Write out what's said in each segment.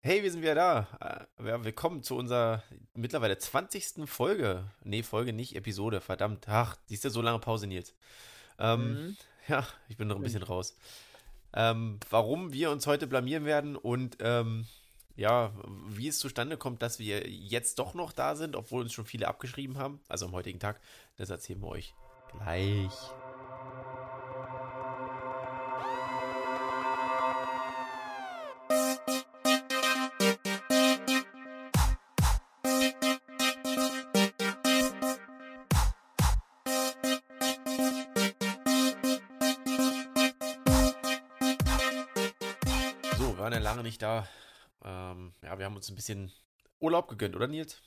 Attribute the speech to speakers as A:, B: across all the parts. A: Hey, wir sind wieder da. Äh, Ja, willkommen zu unserer mittlerweile 20. Folge. Nee, Folge nicht, Episode. Verdammt. Ach, siehst du, so lange Pause, Nils. Ähm,
B: Mhm.
A: Ja, ich bin noch ein bisschen raus. Ähm, warum wir uns heute blamieren werden und ähm, ja, wie es zustande kommt, dass wir jetzt doch noch da sind, obwohl uns schon viele abgeschrieben haben, also am heutigen Tag, das erzählen wir euch gleich. So, wir waren ja lange nicht da. Ähm, ja, wir haben uns ein bisschen Urlaub gegönnt, oder Nils?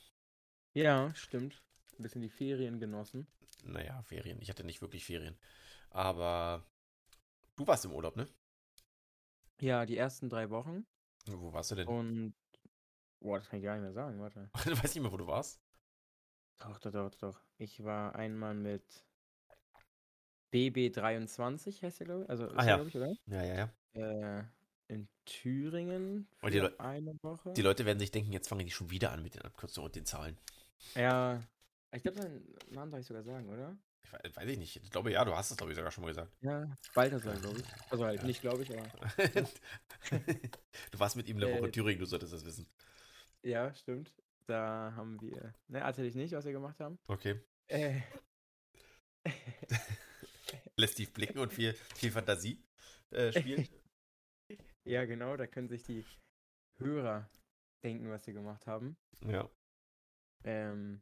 B: Ja, stimmt. Ein bisschen die Ferien genossen.
A: Naja, Ferien. Ich hatte nicht wirklich Ferien. Aber du warst im Urlaub, ne?
B: Ja, die ersten drei Wochen.
A: Wo warst du denn?
B: Und. Boah, das kann ich gar nicht mehr sagen, warte.
A: Du weißt nicht mehr, wo du warst.
B: Doch, doch, doch, doch. Ich war einmal mit BB23, heißt der, glaube ich. Also, ist
A: Ah,
B: der,
A: ja.
B: glaub ich, oder?
A: Ja, ja, ja.
B: Äh, in Thüringen.
A: Und die
B: für
A: Leu-
B: eine Woche.
A: Die Leute werden sich denken, jetzt fangen die schon wieder an mit den Abkürzungen und den Zahlen.
B: ja. Ich glaube, seinen Namen darf ich sogar sagen, oder?
A: Ich we- weiß ich nicht. Ich glaube, ja, du hast es, glaube ich, sogar schon mal gesagt.
B: Ja, Balthasar, glaube ich. Also halt
A: Ja.
B: nicht, glaube ich, aber.
A: du warst mit ihm eine
B: Äh,
A: Woche in Thüringen, du solltest das wissen.
B: Ja, stimmt. Da haben wir. Ne, erzähl ich nicht, was wir gemacht haben.
A: Okay.
B: Äh.
A: Lässt tief blicken und viel, viel Fantasie äh, spielen.
B: Ja, genau, da können sich die Hörer denken, was sie gemacht haben.
A: ja.
B: Ähm,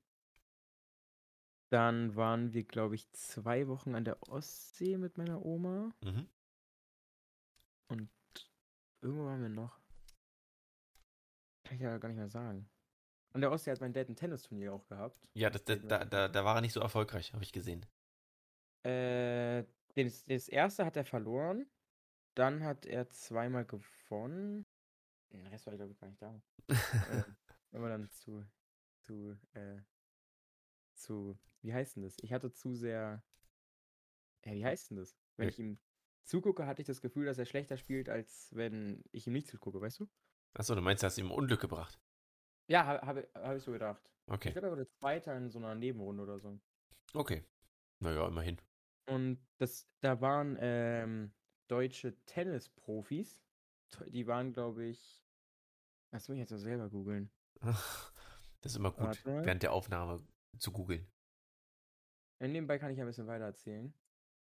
B: dann waren wir, glaube ich, zwei Wochen an der Ostsee mit meiner Oma.
A: Mhm.
B: Irgendwo waren wir noch. Kann ich ja gar nicht mehr sagen. An der Ostsee hat mein Dad ein Tennisturnier auch gehabt.
A: Ja, das, das, da, da, da war er nicht so erfolgreich, habe ich gesehen.
B: Äh, das, das erste hat er verloren. Dann hat er zweimal gewonnen. Den Rest war ich, glaube ich, gar nicht da. äh, wenn wir dann zu, zu, äh, zu, wie heißt denn das? Ich hatte zu sehr, äh, wie heißt denn das? Wenn
A: Ja.
B: ich ihm zugucke, hatte ich das Gefühl, dass er schlechter spielt, als wenn ich ihm nicht zugucke, weißt du?
A: Achso, du meinst, du hast ihm Unglück gebracht.
B: Ja, habe hab, ich- hab ich so gedacht. Ich
A: Okay.
B: glaube, er wurde Zweiter in so einer Nebenrunde oder so.
A: Okay. Naja, immerhin.
B: Und das, da waren ähm, deutsche Tennisprofis. To- Die waren, glaube ich, das muss ich jetzt auch selber googeln.
A: Das ist immer gut,
B: Warte mal.
A: während der Aufnahme zu googeln.
B: Ja, Äh, nebenbei kann ich ja ein bisschen weiter erzählen.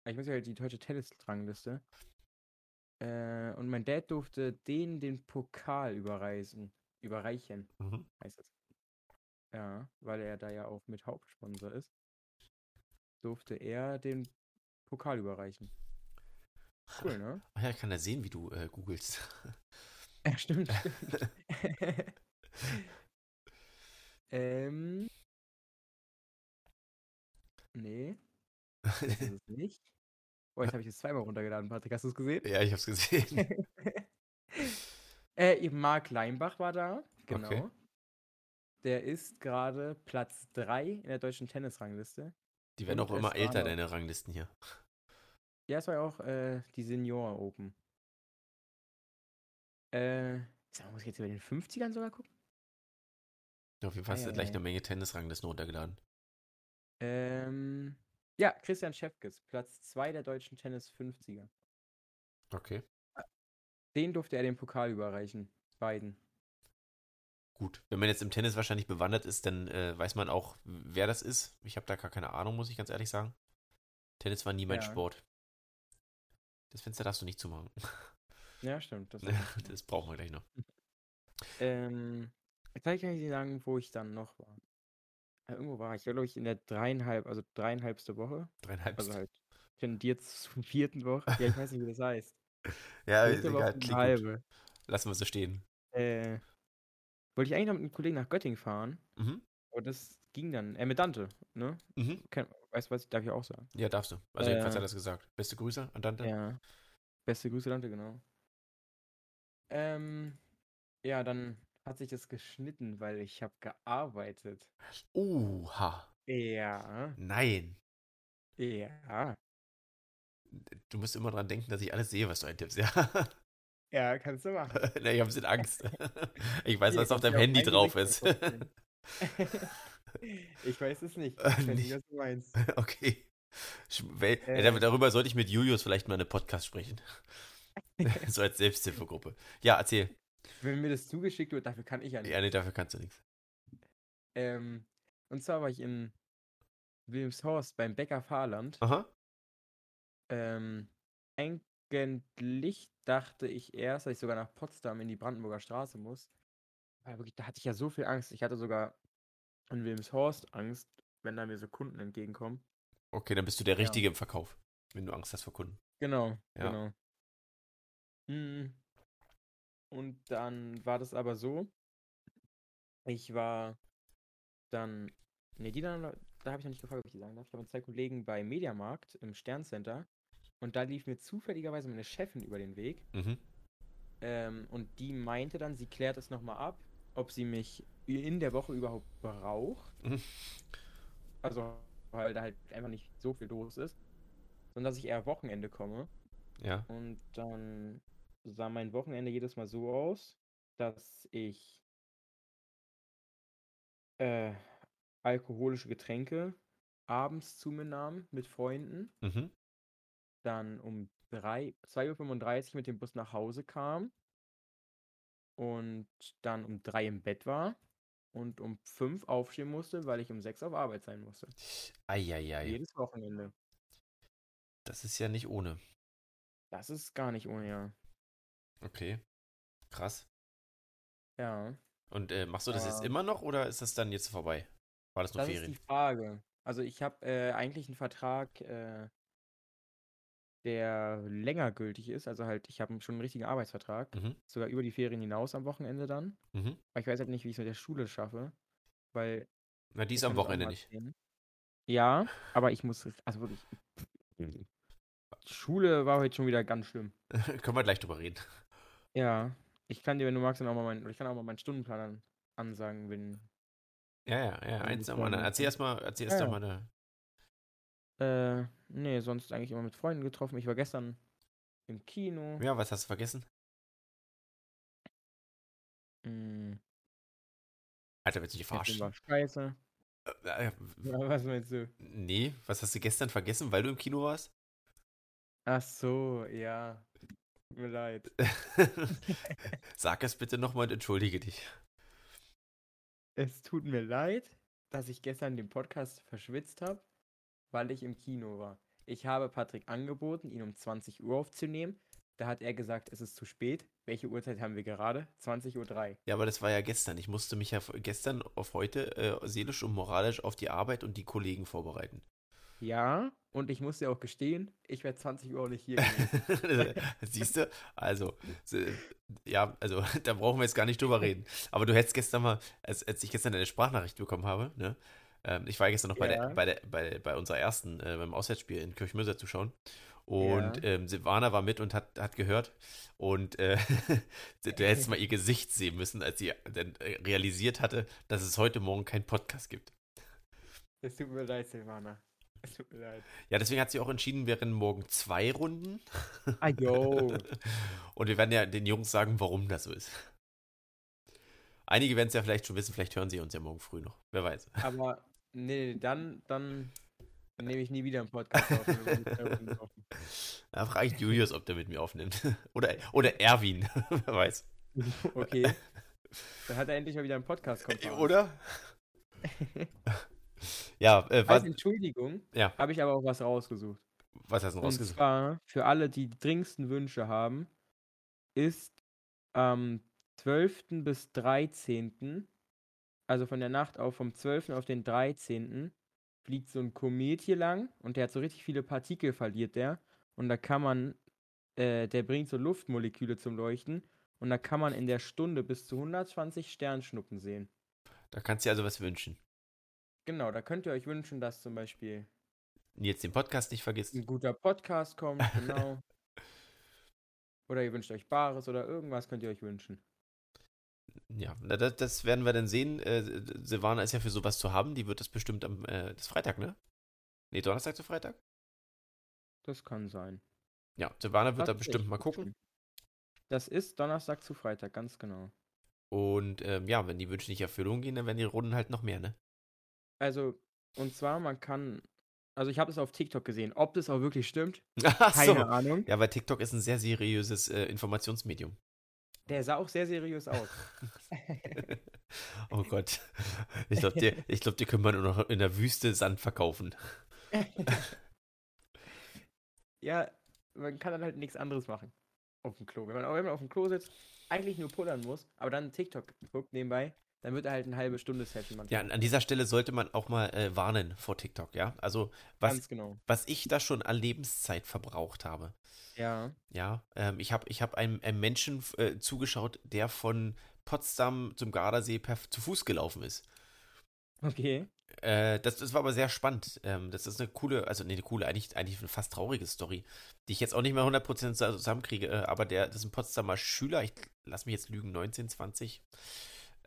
B: Ah, Ich muss ja halt die deutsche Tennisrangliste. Äh, und mein Dad durfte denen den Pokal überreisen. Überreichen,
A: Mhm.
B: heißt das. Ja, weil er da ja auch mit Hauptsponsor ist. Durfte er den Pokal überreichen. Cool, ne?
A: Ach ja, ich kann ja sehen, wie du äh, googelst.
B: Ja, stimmt, stimmt. ähm. Nee, das ist es nicht. Oh, jetzt habe ich es zweimal runtergeladen, Patrick. Hast du es gesehen?
A: ja, ich hab's gesehen.
B: Äh, eben Marc Leimbach war da,
A: Okay.
B: genau. Der ist gerade Platz 3 in der deutschen Tennisrangliste.
A: Die werden
B: Und
A: auch immer
B: es waren
A: älter,
B: noch-
A: deine Ranglisten hier.
B: Ja, es war ja auch äh, die Senior Open. Äh, sag mal, muss ich jetzt über den 50ern sogar gucken?
A: Auf jeden Fall hast du gleich
B: Eieiei.
A: eine Menge Tennisranglisten runtergeladen.
B: Ähm, ja, Christian Schäfkes, Platz 2 der deutschen Tennis 50er.
A: Okay.
B: Den durfte er den Pokal überreichen. Beiden.
A: Gut. Wenn man jetzt im Tennis wahrscheinlich bewandert ist, dann äh, weiß man auch, wer das ist. Ich habe da gar keine Ahnung, muss ich ganz ehrlich sagen. Tennis war nie mein
B: Ja.
A: Sport. Das Fenster darfst du nicht zumachen.
B: Ja, stimmt. Das
A: das brauchen wir gleich noch.
B: Ähm, jetzt kann ich gar nicht sagen, wo ich dann noch war. Äh, irgendwo war ich, glaube ich, in der dreieinhalb, also dreieinhalbste Woche.
A: Dreieinhalb.
B: Also halt tendiert zur vierten Woche. Ja, ich weiß nicht, wie das heißt.
A: ja,
B: Nächste Woche
A: egal.
B: eine
A: Klingt gut.
B: halbe.
A: Lassen wir so stehen.
B: Äh, wollte ich eigentlich noch mit einem Kollegen nach Göttingen fahren,
A: Mhm.
B: aber das ging dann. Äh, mit Dante, ne?
A: Mhm.
B: Kann, weißt du was, darf ich auch sagen.
A: Ja, darfst du. Also jedenfalls
B: Äh.
A: hat er das gesagt. Beste Grüße an Dante.
B: Ja. Beste Grüße, Dante, genau. Ähm, ja, dann hat sich das geschnitten, weil ich habe gearbeitet.
A: Oha.
B: Ja,
A: Nein.
B: ja.
A: Du musst immer dran denken, dass ich alles sehe, was du eintippst. Ja.
B: Ja, kannst du machen.
A: Na, ich habe ein bisschen Angst. Ich weiß,
B: Hier,
A: was auf
B: kannst
A: deinem
B: du
A: Handy
B: mein
A: drauf
B: Gesicht
A: ist.
B: draufnehmen. ich weiß es nicht. Ich
A: Äh,
B: weiß
A: nicht.
B: nicht, was du meinst.
A: Okay. Sch- wel-
B: Äh.
A: Ja, dar- Darüber sollte ich mit Julius vielleicht mal in einem Podcast sprechen. so als Selbsthilfegruppe. Ja, erzähl.
B: Wenn mir das zugeschickt wird, dafür kann ich ja nicht.
A: Ja, nee, dafür kannst du nichts.
B: Ähm, und zwar war ich in Wilhelmshorst beim Bäcker Fahrland.
A: Aha.
B: Ähm, eigentlich dachte ich erst, dass ich sogar nach Potsdam in die Brandenburger Straße muss. Weil wirklich, da hatte ich ja so viel Angst. Ich hatte sogar in Wilhelmshorst Angst, wenn da mir so Kunden entgegenkommen.
A: Okay, dann bist du der
B: Ja.
A: Richtige im Verkauf, wenn du Angst hast vor Kunden.
B: Genau,
A: Ja.
B: genau. Mm. Und dann war das aber so, ich war dann, ne, die dann, da habe ich noch nicht gefragt, ob ich die sagen darf, ich war mit zwei Kollegen bei Mediamarkt im Sterncenter und da lief mir zufälligerweise meine Chefin über den Weg
A: Mhm.
B: ähm, und die meinte dann, sie klärt es nochmal ab, ob sie mich in der Woche überhaupt braucht.
A: Mhm.
B: Also, weil da halt einfach nicht so viel los ist, sondern dass ich eher Wochenende komme.
A: Ja.
B: Und dann sah mein Wochenende jedes Mal so aus, dass ich äh, alkoholische Getränke abends zu mir nahm mit Freunden,
A: Mhm.
B: dann um drei- 2.35 Uhr mit dem Bus nach Hause kam und dann um 3 im Bett war und um 5 aufstehen musste, weil ich um 6 auf Arbeit sein musste.
A: Eieiei.
B: Jedes Wochenende.
A: Das ist ja nicht ohne.
B: Das ist gar nicht ohne, ja.
A: Okay. Krass.
B: Ja.
A: Und äh, machst du das jetzt
B: Aber-
A: immer noch oder ist das dann jetzt vorbei? War das nur
B: Ähm. Das ist
A: Ferien?
B: die Frage. Also ich habe äh, eigentlich einen Vertrag, äh, der länger gültig ist. Also halt, ich habe schon einen richtigen Arbeitsvertrag.
A: Mhm.
B: Sogar über die Ferien hinaus am Wochenende dann.
A: Mhm.
B: Aber ich weiß halt nicht, wie ich es mit der Schule schaffe. Weil.
A: Na, die
B: wir
A: ist am
B: können es auch
A: Wochenende
B: mal
A: nicht.
B: sehen. Ja, aber ich muss. Also wirklich. Schule war heute schon wieder ganz schlimm.
A: Können wir gleich drüber reden.
B: Ja. Ich kann dir, wenn du magst, dann auch mal meinen, oder ich kann auch mal meinen Stundenplan an, ansagen, wenn
A: Ja, ja, ja.
B: Ja,
A: Eins
B: das
A: am
B: war
A: anderen.
B: nett,
A: Erzähl
B: ja.
A: erstmal, erzähl erst
B: Ja,
A: ja.
B: ja.
A: mal eine.
B: Äh, nee, sonst eigentlich immer mit Freunden getroffen. Ich war gestern im Kino.
A: äh, Ja, was hast du vergessen?
B: Mm,
A: Alter, willst du dich
B: der Film
A: verarschen?
B: war scheiße.
A: Äh, äh,
B: Ja, was meinst du?
A: nee, was hast du gestern vergessen, weil du im Kino warst?
B: Ach so, ja. Tut mir leid.
A: Sag es bitte nochmal und entschuldige dich.
B: Es tut mir leid, dass ich gestern den Podcast verschwitzt habe, weil ich im Kino war. Ich habe Patrick angeboten, ihn um 20 Uhr aufzunehmen. Da hat er gesagt, es ist zu spät. Welche Uhrzeit haben wir gerade? 20.03 Uhr.
A: Ja, aber das war ja gestern. Ich musste mich ja f- gestern auf heute äh, seelisch und moralisch auf die Arbeit und die Kollegen vorbereiten.
B: Ja, und ich muss dir auch gestehen, ich wäre 20 Uhr auch nicht hier gewesen.
A: Siehst du? Also, se- ja, also da brauchen wir jetzt gar nicht drüber reden. Aber du hättest gestern mal, als, als ich gestern deine Sprachnachricht bekommen habe, ne? Ähm, ich war ja gestern noch bei,
B: Ja.
A: der, bei, der, bei, bei unserer ersten, äh, beim Auswärtsspiel in Kirchmöser zuschauen. Und ähm, Silvana war mit und hat, hat gehört. Und äh, du du hättest mal ihr Gesicht sehen müssen, als sie dann äh, realisiert hatte, dass es heute Morgen keinen Podcast gibt.
B: Es tut mir leid, Silvana. Es tut mir leid.
A: Ja, deswegen hat sie auch entschieden, wir rennen morgen zwei Runden.
B: Ah, yo.
A: Und wir werden ja den Jungs sagen, warum das so ist. Einige werden es ja vielleicht schon wissen, vielleicht hören sie uns ja morgen früh noch. Wer weiß.
B: Aber nee, nee, dann, dann nehme ich nie wieder einen Podcast auf. wenn wir nicht darüber reden dürfen.
A: Da frage ich Julius, ob der mit mir aufnimmt. Oder, oder Erwin, wer weiß.
B: okay. Dann hat er endlich mal wieder einen Podcast. Kompa.
A: Oder? ja, äh,
B: Als
A: was,
B: Entschuldigung
A: Ja.
B: habe ich aber auch was rausgesucht.
A: was hast du denn
B: Und
A: rausgesucht?
B: zwar für alle, die dringendsten Wünsche haben, ist am 12. bis 13. Also von der Nacht auf, vom 12. auf den 13. fliegt so ein Komet hier lang und der hat so richtig viele Partikel, verliert der. Und da kann man, äh, der bringt so Luftmoleküle zum Leuchten. Und da kann man in der Stunde bis zu 120 Sternschnuppen sehen.
A: Da kannst du dir also was wünschen.
B: Genau, da könnt ihr euch wünschen, dass zum Beispiel
A: Jetzt den Podcast nicht vergisst.
B: ein guter Podcast kommt, genau. oder ihr wünscht euch Bares oder irgendwas könnt ihr euch wünschen.
A: Ja, na, das, das werden wir dann sehen. Äh, Silvana ist ja für sowas zu haben. Die wird das bestimmt am äh, das ist Freitag, ne? Nee, Donnerstag zu Freitag?
B: Das kann sein.
A: Ja, Silvana wird
B: Das
A: da
B: ist
A: bestimmt
B: echt
A: mal
B: gut
A: gucken.
B: schon. Das ist Donnerstag zu Freitag, ganz genau.
A: Und ähm, ja, wenn die Wünsche nicht in Erfüllung gehen, dann werden die Runden halt noch mehr, ne?
B: Also, und zwar, man kann. Also, ich habe es auf TikTok gesehen. Ob das auch wirklich stimmt,
A: Ach so.
B: keine Ahnung.
A: Ja, weil TikTok ist ein sehr seriöses äh, Informationsmedium.
B: Der sah auch sehr seriös aus.
A: Oh Gott. Ich glaube, die, ich glaub, die können wir nur noch in der Wüste Sand verkaufen.
B: ja, man kann dann halt nichts anderes machen. Auf dem Klo. Wenn man, wenn man auf dem Klo sitzt, eigentlich nur pullern muss, aber dann TikTok guckt nebenbei, dann wird er halt eine halbe Stunde Session. Man
A: Ja, an, an dieser Stelle sollte man auch mal äh, warnen vor TikTok, ja? Also, was,
B: ganz genau.
A: was ich da schon an Lebenszeit verbraucht habe.
B: Ja.
A: Ja, ähm, ich habe ich hab einem, einem Menschen f- äh, zugeschaut, der von Potsdam zum Gardasee per, zu Fuß gelaufen ist.
B: Okay.
A: Äh, das, das war aber sehr spannend. Ähm, das ist eine coole, also nee, eine coole, eigentlich, eigentlich eine fast traurige Story, die ich jetzt auch nicht mehr 100% zu- zusammenkriege, äh, aber der, das ist ein Potsdamer Schüler, ich lass mich jetzt lügen, 19, 20.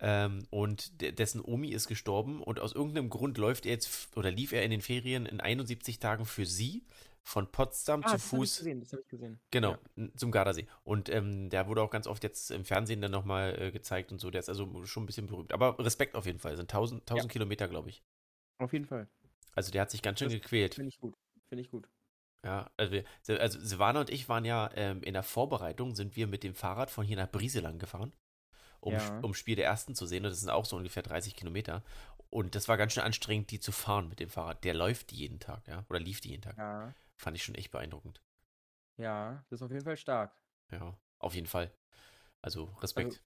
A: Ähm, und de dessen Omi ist gestorben und aus irgendeinem Grund läuft er jetzt f- oder lief er in den Ferien in 71 Tagen für sie von Potsdam
B: Ah,
A: zu
B: das habe ich
A: Fuß
B: gesehen, das habe ich gesehen.
A: Genau,
B: Ja.
A: n- zum Gardasee. Und ähm, der wurde auch ganz oft jetzt im Fernsehen dann nochmal äh, gezeigt und so. Der ist also schon ein bisschen berühmt. Aber Respekt auf jeden Fall. Sind 1000, 1000 Kilometer, glaube ich.
B: Auf jeden Fall.
A: Also der hat sich ganz schön
B: Das-
A: gequält.
B: Finde ich gut. Finde ich gut.
A: Ja, also, wir, Se- also Silvana und ich waren ja ähm, in der Vorbereitung, sind wir mit dem Fahrrad von hier nach Brieselang gefahren, um,
B: Ja.
A: Sp- um Spiel der Ersten zu sehen. Und das sind auch so ungefähr 30 Kilometer. Und das war ganz schön anstrengend, die zu fahren mit dem Fahrrad. Der läuft die jeden Tag, ja. Oder lief die jeden Tag.
B: Ja.
A: Fand ich schon echt beeindruckend.
B: Ja, das ist auf jeden Fall stark.
A: Ja, auf jeden Fall. Also Respekt.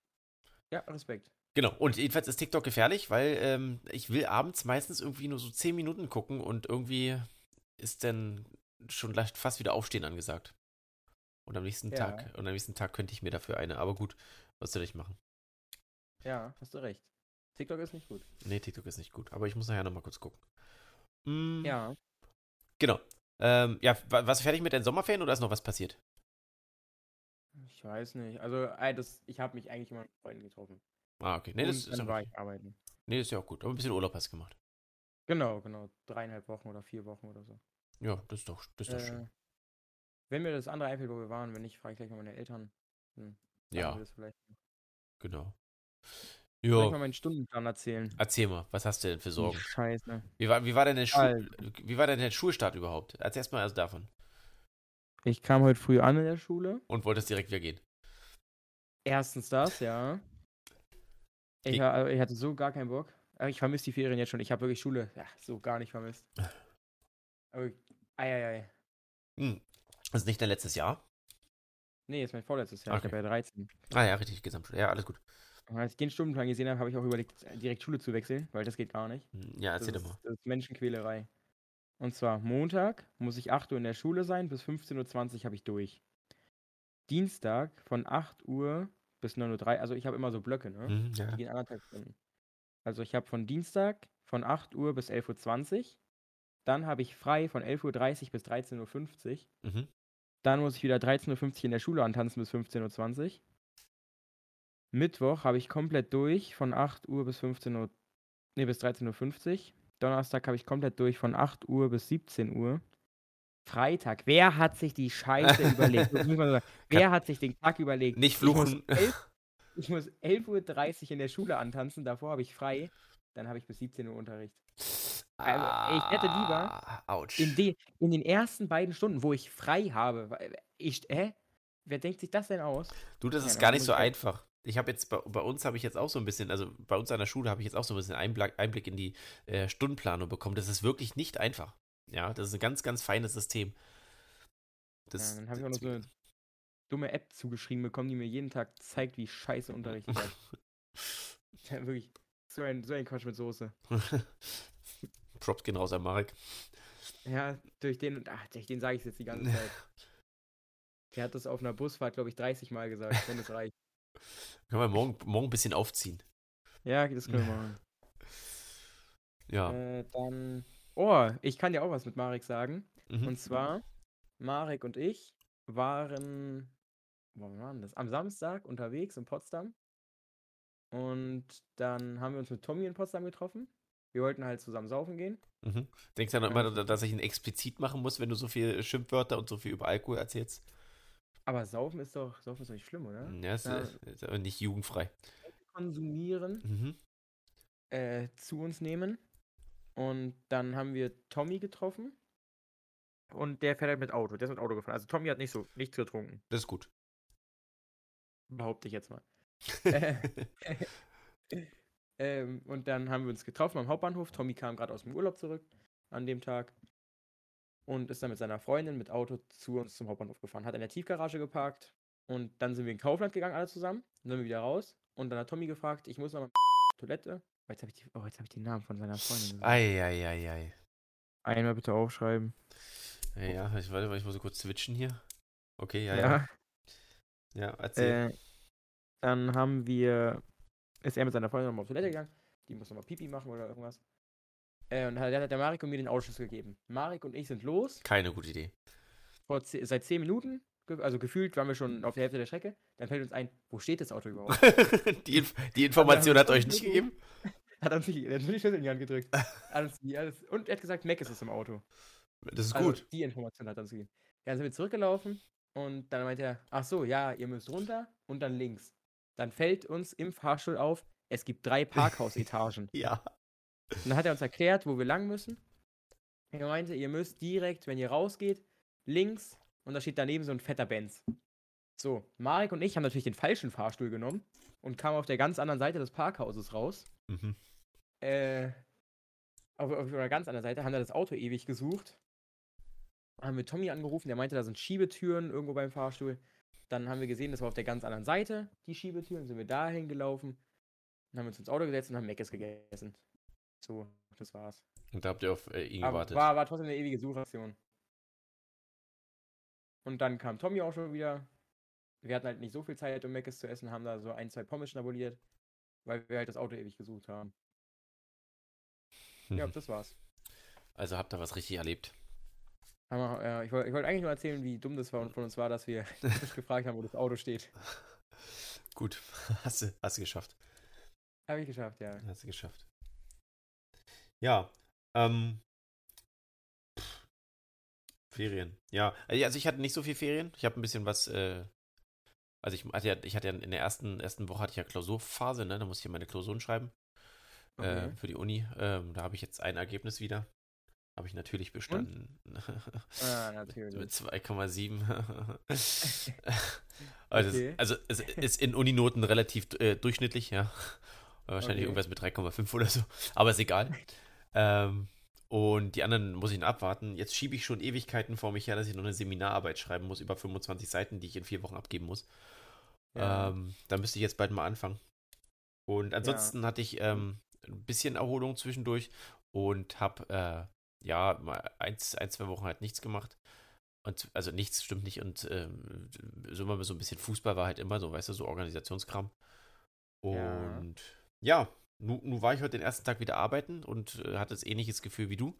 B: Ja, Respekt.
A: Genau, und jedenfalls ist TikTok gefährlich, weil ähm, ich will abends meistens irgendwie nur so 10 Minuten gucken und irgendwie ist dann schon leicht fast wieder Aufstehen angesagt. Und am nächsten
B: Ja.
A: Tag, und am nächsten Tag könnte ich mir dafür eine, aber gut, was soll ich machen?
B: Ja, hast du recht. TikTok ist nicht gut.
A: Nee, TikTok ist nicht gut, aber ich muss nachher nochmal kurz gucken. Mm,
B: Ja.
A: Genau. Ähm, ja, wa- warst du fertig mit deinen Sommerferien oder ist noch was passiert?
B: Ich weiß nicht. Also, ey, das, ich habe mich eigentlich immer mit Freunden getroffen.
A: Ah, okay. Nee,
B: Und
A: das, ist,
B: dann
A: ja-
B: war ich arbeiten.
A: nee, das ist ja auch gut. Aber ein bisschen Urlaub hast du gemacht.
B: Genau, genau. Dreieinhalb Wochen oder vier Wochen oder so.
A: Ja, das ist doch, das ist doch
B: Äh,
A: schön.
B: wenn mir das andere einfällt, wo wir waren, wenn nicht, frage ich gleich mal meine Eltern. Hm, sagen
A: Ja,
B: wir Das vielleicht.
A: genau.
B: Soll ich mal Hm.
A: Ja,
B: meinen Stundenplan erzählen?
A: erzähl mal, was hast du denn für Sorgen?
B: Scheiße.
A: Wie war, wie war denn der, Schu
B: Also.
A: wie war denn der Schulstart überhaupt? Als erstmal also davon.
B: Ich kam heute früh an in der Schule.
A: Und wolltest direkt wieder gehen.
B: Erstens das, ja. Ich,
A: Ge-
B: ha- ich hatte so gar keinen Bock. Aber Ich vermisse die Ferien jetzt schon. Ich habe wirklich Schule ja, so gar nicht vermisst. Aber ich- Eieiei.
A: Hm. Das ist nicht dein letztes Jahr.
B: Nee, ist mein vorletztes Jahr. Ich
A: Okay.
B: habe ja 13.
A: Ah ja, richtig, Gesamtschule. Ja, alles gut.
B: Und als ich den Stundenplan gesehen habe, habe ich auch überlegt, direkt Schule zu wechseln, weil das geht gar nicht.
A: Hm, Ja, erzähl
B: das
A: doch mal.
B: Ist, das ist Menschenquälerei. Und zwar Montag muss ich 8 Uhr in der Schule sein, bis 15.20 Uhr habe ich durch. Dienstag von 8 Uhr bis 9.03 Uhr, also ich habe immer so Blöcke, ne?
A: Hm, ja.
B: Die gehen anderthalb Stunden. Also ich habe von Dienstag von 8 Uhr bis 11.20 Uhr. Dann habe ich frei von 11.30 Uhr bis 13.50 Uhr.
A: Mhm.
B: Dann muss ich wieder 13.50 Uhr in der Schule antanzen bis 15.20 Uhr. Mittwoch habe ich komplett durch von 8 Uhr bis 15 Uhr. Nee, bis 13.50 Uhr. Donnerstag habe ich komplett durch von 8 Uhr bis 17 Uhr. Freitag, wer hat sich die Scheiße überlegt? Das muss man sagen. Wer hat sich den Tag überlegt?
A: Nicht
B: Ich muss
A: fluchen.
B: elf- Ich muss 11.30 Uhr in der Schule antanzen, davor habe ich frei, dann habe ich bis 17 Uhr Unterricht. Also, ich hätte lieber
A: Ah, Autsch.
B: In, de, in den ersten beiden Stunden, wo ich frei habe, wa- äh, ich, hä? Wer denkt sich das denn aus?
A: Du, das ist
B: Ja,
A: gar
B: dann
A: nicht
B: muss
A: so
B: ich ja-
A: einfach. Ich habe jetzt bei, bei uns habe ich jetzt auch so ein bisschen, also bei uns an der Schule habe ich jetzt auch so ein bisschen Einblick, Einblick in die äh, Stundenplanung bekommen. Das ist wirklich nicht einfach. Ja, das ist ein ganz, ganz feines System.
B: ja, dann habe ich auch noch so eine dumme App zugeschrieben bekommen, die mir jeden Tag zeigt, wie scheiße Unterricht ist. Ja, wirklich. So ein, so ein Quatsch mit Soße.
A: Props gehen raus an Marek.
B: Ja, durch den, ach, durch den sage ich es jetzt die ganze Zeit. Der hat das auf einer Busfahrt, glaube ich, 30 Mal gesagt, wenn es reicht.
A: Können wir morgen, morgen ein bisschen aufziehen.
B: Ja, das können wir machen.
A: Ja.
B: Äh, dann. Oh, ich kann dir auch was mit Marek sagen.
A: mhm.
B: Äh, Und zwar, Marek und ich waren, wo waren das? Am Samstag unterwegs in Potsdam. Und dann haben wir uns mit Tommy in Potsdam getroffen. Wir wollten halt zusammen saufen gehen.
A: Mhm. Denkst du dann immer, dass ich ihn explizit machen muss, wenn du so viel Schimpfwörter und so viel über Alkohol erzählst? Hm,
B: Aber Saufen ist doch, Saufen ist doch nicht schlimm, oder?
A: Ja, ist,
B: Ja.
A: ist aber nicht jugendfrei.
B: Konsumieren,
A: Mhm.
B: äh, zu uns nehmen. Und dann haben wir Tommy getroffen. Und der fährt halt mit Auto. Der ist mit Auto gefahren. Also Tommy hat nicht so nichts getrunken.
A: Das ist gut.
B: Behaupte ich jetzt mal. Äh, ähm, und dann haben wir uns getroffen am Hauptbahnhof. Tommy kam gerade aus dem Urlaub zurück an dem Tag und ist dann mit seiner Freundin mit Auto zu uns zum Hauptbahnhof gefahren. Hat in der Tiefgarage geparkt und dann sind wir in Kaufland gegangen, alle zusammen. Dann sind wir wieder raus und dann hat Tommy gefragt, ich muss noch mal Toilette. Oh, jetzt habe ich, die- oh, jetzt hab ich den Namen von seiner Freundin. gesagt.
A: Eieieiei.
B: Einmal bitte aufschreiben.
A: Ja,
B: Oh.
A: ja, ich warte mal, ich muss so kurz switchen hier. Okay, ja, ja. Ja, erzähl.
B: Äh, dann haben wir, ist er mit seiner Freundin nochmal auf Toilette gegangen, die muss nochmal Pipi machen oder irgendwas. Äh, und hat, dann hat der Marek und mir den Ausschluss gegeben. Marek und ich sind los,
A: Keine gute Idee.
B: vor ze- seit 10 Minuten, ge also gefühlt waren wir
A: Mhm.
B: schon auf der Hälfte der Strecke, dann fällt uns ein, wo steht das Auto überhaupt?
A: die, Inf die
B: Also,
A: Information hat euch nicht gegeben.
B: hat uns die, hat uns die Schlüssel in die Hand gedrückt. Hat uns die, alles, und er hat gesagt, Mac ist es im Auto.
A: Das ist
B: Also,
A: gut.
B: die Information hat er uns gegeben. Ja, dann sind wir zurückgelaufen und dann meinte er, ach so, ja, ihr müsst runter und dann links. Dann fällt uns im Fahrstuhl auf, es gibt drei Parkhausetagen.
A: Ja.
B: und dann hat er uns erklärt, wo wir lang müssen. Er meinte, ihr müsst direkt, wenn ihr rausgeht, links und da steht daneben so ein fetter Benz. So, Marek und ich haben natürlich den falschen Fahrstuhl genommen und kamen auf der ganz anderen Seite des Parkhauses raus
A: Mhm.
B: äh, auf, auf einer ganz anderen Seite, haben da das Auto ewig gesucht. Haben wir Tommy angerufen, der meinte, da sind Schiebetüren irgendwo beim Fahrstuhl. Dann haben wir gesehen, das war auf der ganz anderen Seite, die Schiebetüren, sind wir dahin gelaufen. Dann haben wir uns ins Auto gesetzt und haben Meckes gegessen. So, das war's.
A: Und da habt ihr auf äh, ihn
B: Aber
A: gewartet.
B: war, war trotzdem eine ewige Suchaktion. Und dann kam Tommy auch schon wieder. Wir hatten halt nicht so viel Zeit, um Meckes zu essen, haben da so ein, zwei Pommes schnabuliert, weil wir halt das Auto ewig gesucht haben. Ja,
A: Mhm.
B: das war's.
A: Also habt ihr was richtig erlebt.
B: Aber, ja, ich wollte ich wollt eigentlich nur erzählen, wie dumm das von, von uns war, dass wir nicht gefragt haben, wo das Auto steht.
A: Gut. Hast du, hast du geschafft.
B: Habe ich geschafft, ja.
A: Hast du geschafft. Ja. Ähm. pff, Ferien. Ja. Also ich hatte nicht so viel Ferien. Ich habe ein bisschen was. Äh, also ich hatte ja, ich hatte ja in der ersten, ersten Woche hatte ich ja Klausurphase, ne? Da musste ich ja meine Klausuren schreiben. äh,
B: Okay.
A: für die Uni. Ähm, da habe ich jetzt ein Ergebnis wieder. Habe ich natürlich bestanden.
B: ah,
A: Mit, mit
B: natürlich.
A: 2,7. also,
B: Okay.
A: es, also es ist in Uninoten relativ äh, durchschnittlich, ja. Wahrscheinlich
B: Okay.
A: irgendwas mit 3,5 oder so. Aber ist egal. ähm, und die anderen muss ich noch abwarten. Jetzt schiebe ich schon Ewigkeiten vor mich her, dass ich noch eine Seminararbeit schreiben muss, über 25 Seiten, die ich in vier Wochen abgeben muss.
B: Ja.
A: Ähm, da müsste ich jetzt bald mal anfangen. Und ansonsten hatte ich ähm, ein bisschen Erholung zwischendurch und habe äh, ja mal eins, ein, zwei Wochen halt nichts gemacht. Und also nichts stimmt nicht. Und ähm, so immer so ein bisschen Fußball war halt immer so, weißt du, so Organisationskram.
B: Ja.
A: Und ja, nun nu war ich heute den ersten Tag wieder arbeiten und äh, hatte das ähnliches Gefühl wie du.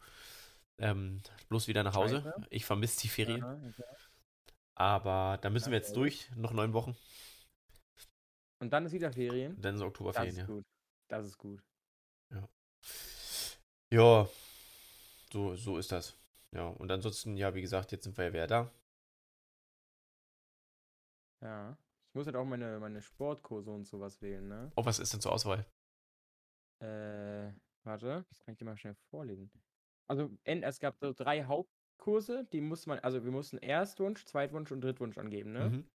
A: Ähm, bloß wieder nach Hause.
B: Scheiße.
A: Ich vermisse die Ferien.
B: Aha, okay.
A: Aber da müssen wir jetzt
B: Ja,
A: durch, noch neun Wochen.
B: Und dann ist wieder Ferien.
A: Dann sind
B: Das
A: Oktoberferien,
B: ist
A: ja.
B: gut. Das ist gut.
A: Ja, so, so ist das. Ja, und ansonsten, ja, wie gesagt, jetzt sind wir ja wieder da.
B: Ja. Ich muss halt auch meine, meine Sportkurse und sowas wählen, ne?
A: Oh, was ist denn zur Auswahl?
B: Äh, warte, das kann ich dir mal schnell vorlesen. Also, en- es gab so drei Hauptkurse, die musste man, also wir mussten Erstwunsch, Zweitwunsch und Drittwunsch angeben, ne?
A: Mhm.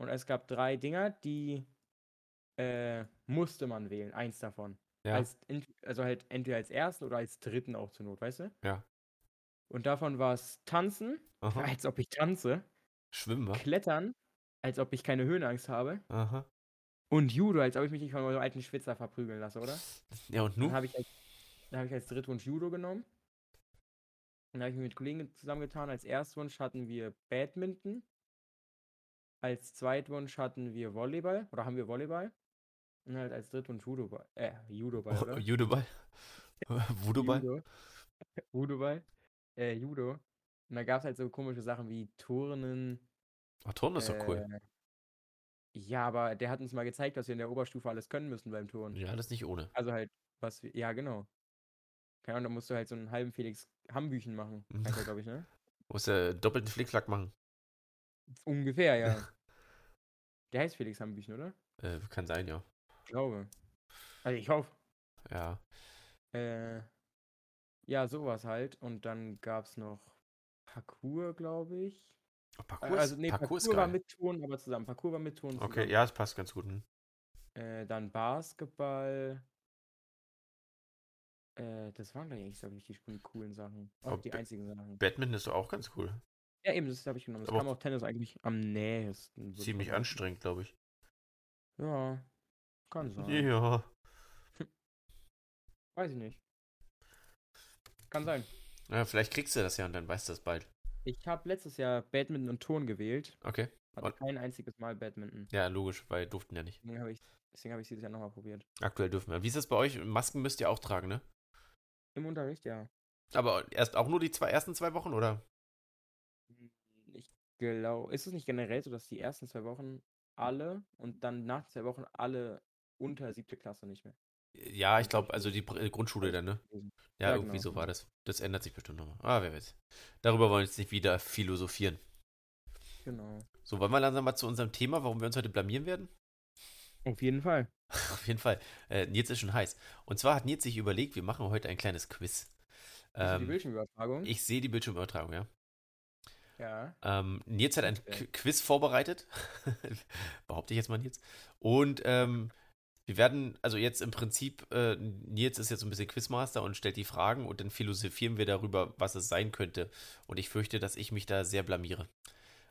B: Und es gab drei Dinger, die äh, musste man wählen, eins davon.
A: Ja.
B: Als, ent- also halt entweder als ersten oder als dritten auch zur Not, weißt du?
A: Ja.
B: Und davon war es Tanzen,
A: Aha.
B: als ob ich tanze,
A: Schwimmen wir.
B: Klettern, als ob ich keine Höhenangst habe
A: Aha.
B: und Judo, als ob ich mich nicht von meinem alten Schwitzer verprügeln lasse, oder?
A: Ja, und
B: Dann
A: nun?
B: habe ich, als- dann hab ich als Drittwunsch Judo genommen. Dann habe ich mich mit Kollegen zusammengetan. Als Erstwunsch hatten wir Badminton. Als Zweitwunsch hatten wir Volleyball. Oder haben wir Volleyball? Und halt als Drittwunsch Judo. Äh, Judoball,
A: Oh,
B: oder?
A: Judoball. Voodoo-Ball.
B: Judo. Judoball. Äh, Judo. Und da gab es halt so komische Sachen wie Turnen.
A: Ach, Ah, Turnen ist doch cool.
B: äh, Ja, aber der hat uns mal gezeigt, was wir in der Oberstufe alles können müssen beim Turnen.
A: Ja, das ist nicht ohne.
B: Also halt, was wir, ja, genau. Keine Ahnung, da musst du halt so einen halben Felix Hambüchen machen,
A: Mhm.
B: heißt er, glaube ich, ne?
A: Muss ja doppelten Flickflack machen.
B: Ungefähr, ja. Der heißt Felix Hambüchen, oder?
A: Äh, kann sein, ja.
B: Ich glaube. Also ich hoffe.
A: Ja.
B: Äh, ja, sowas halt. Und dann gab es noch Parkour, glaube ich. Äh,
A: Parcours,
B: also nee, Parcours,
A: Parcours
B: war
A: geil.
B: mit Touren, aber zusammen. Parkour war mit Touren.
A: Okay,
B: zusammen.
A: ja, es passt ganz gut. Hm.
B: Äh, dann Basketball. Äh, das waren, glaube ich, glaub ich, die coo- coolen Sachen. Auch
A: Aber
B: die
A: Ba-
B: einzigen Sachen.
A: Badminton ist doch auch ganz cool.
B: Ja, eben, das habe ich genommen. Das
A: Aber-
B: kam auch Tennis eigentlich am nächsten. würd ich
A: Ziemlich
B: mal sagen.
A: anstrengend, glaube ich.
B: Ja, kann sein.
A: Ja.
B: Weiß ich nicht. Kann sein.
A: ja. Vielleicht kriegst du das ja und dann weißt du das bald.
B: Ich habe letztes Jahr Badminton und Ton gewählt.
A: Okay.
B: Hatte
A: Und-
B: kein einziges Mal Badminton.
A: Ja, logisch, weil durften ja nicht.
B: Deswegen habe ich deswegen hab ich dieses Jahr nochmal probiert.
A: Aktuell dürfen wir. Wie ist das bei euch? Masken müsst ihr auch tragen, ne?
B: Im Unterricht, ja.
A: Aber erst auch nur die zwei, ersten zwei Wochen, oder?
B: Ich glaube, ist es nicht generell so, dass die ersten zwei Wochen alle und dann nach zwei Wochen alle unter siebte Klasse nicht mehr?
A: Ja, ich glaube, also die Pr- äh, Grundschule dann, ne?
B: gewesen.
A: Ja,
B: Ja,
A: irgendwie
B: genau.
A: so war das. Das ändert sich bestimmt nochmal. Ah, wer weiß. Darüber wollen wir jetzt nicht wieder philosophieren.
B: Genau.
A: So, wollen wir langsam mal zu unserem Thema, warum wir uns heute blamieren werden?
B: Auf jeden Fall.
A: Auf jeden Fall. Äh, Nils ist schon heiß. Und zwar hat Nils sich überlegt, wir machen heute ein kleines Quiz.
B: Hast du die
A: Ähm,
B: Bildschirmübertragung.
A: ich sehe die Bildschirmübertragung, ja.
B: ja.
A: Ähm, Nils hat ein
B: Okay.
A: Qu- Quiz vorbereitet. Behaupte ich jetzt mal Nils. Und ähm, wir werden, also jetzt im Prinzip, äh, Nils ist jetzt so ein bisschen Quizmaster und stellt die Fragen und dann philosophieren wir darüber, was es sein könnte. Und ich fürchte, dass ich mich da sehr blamiere.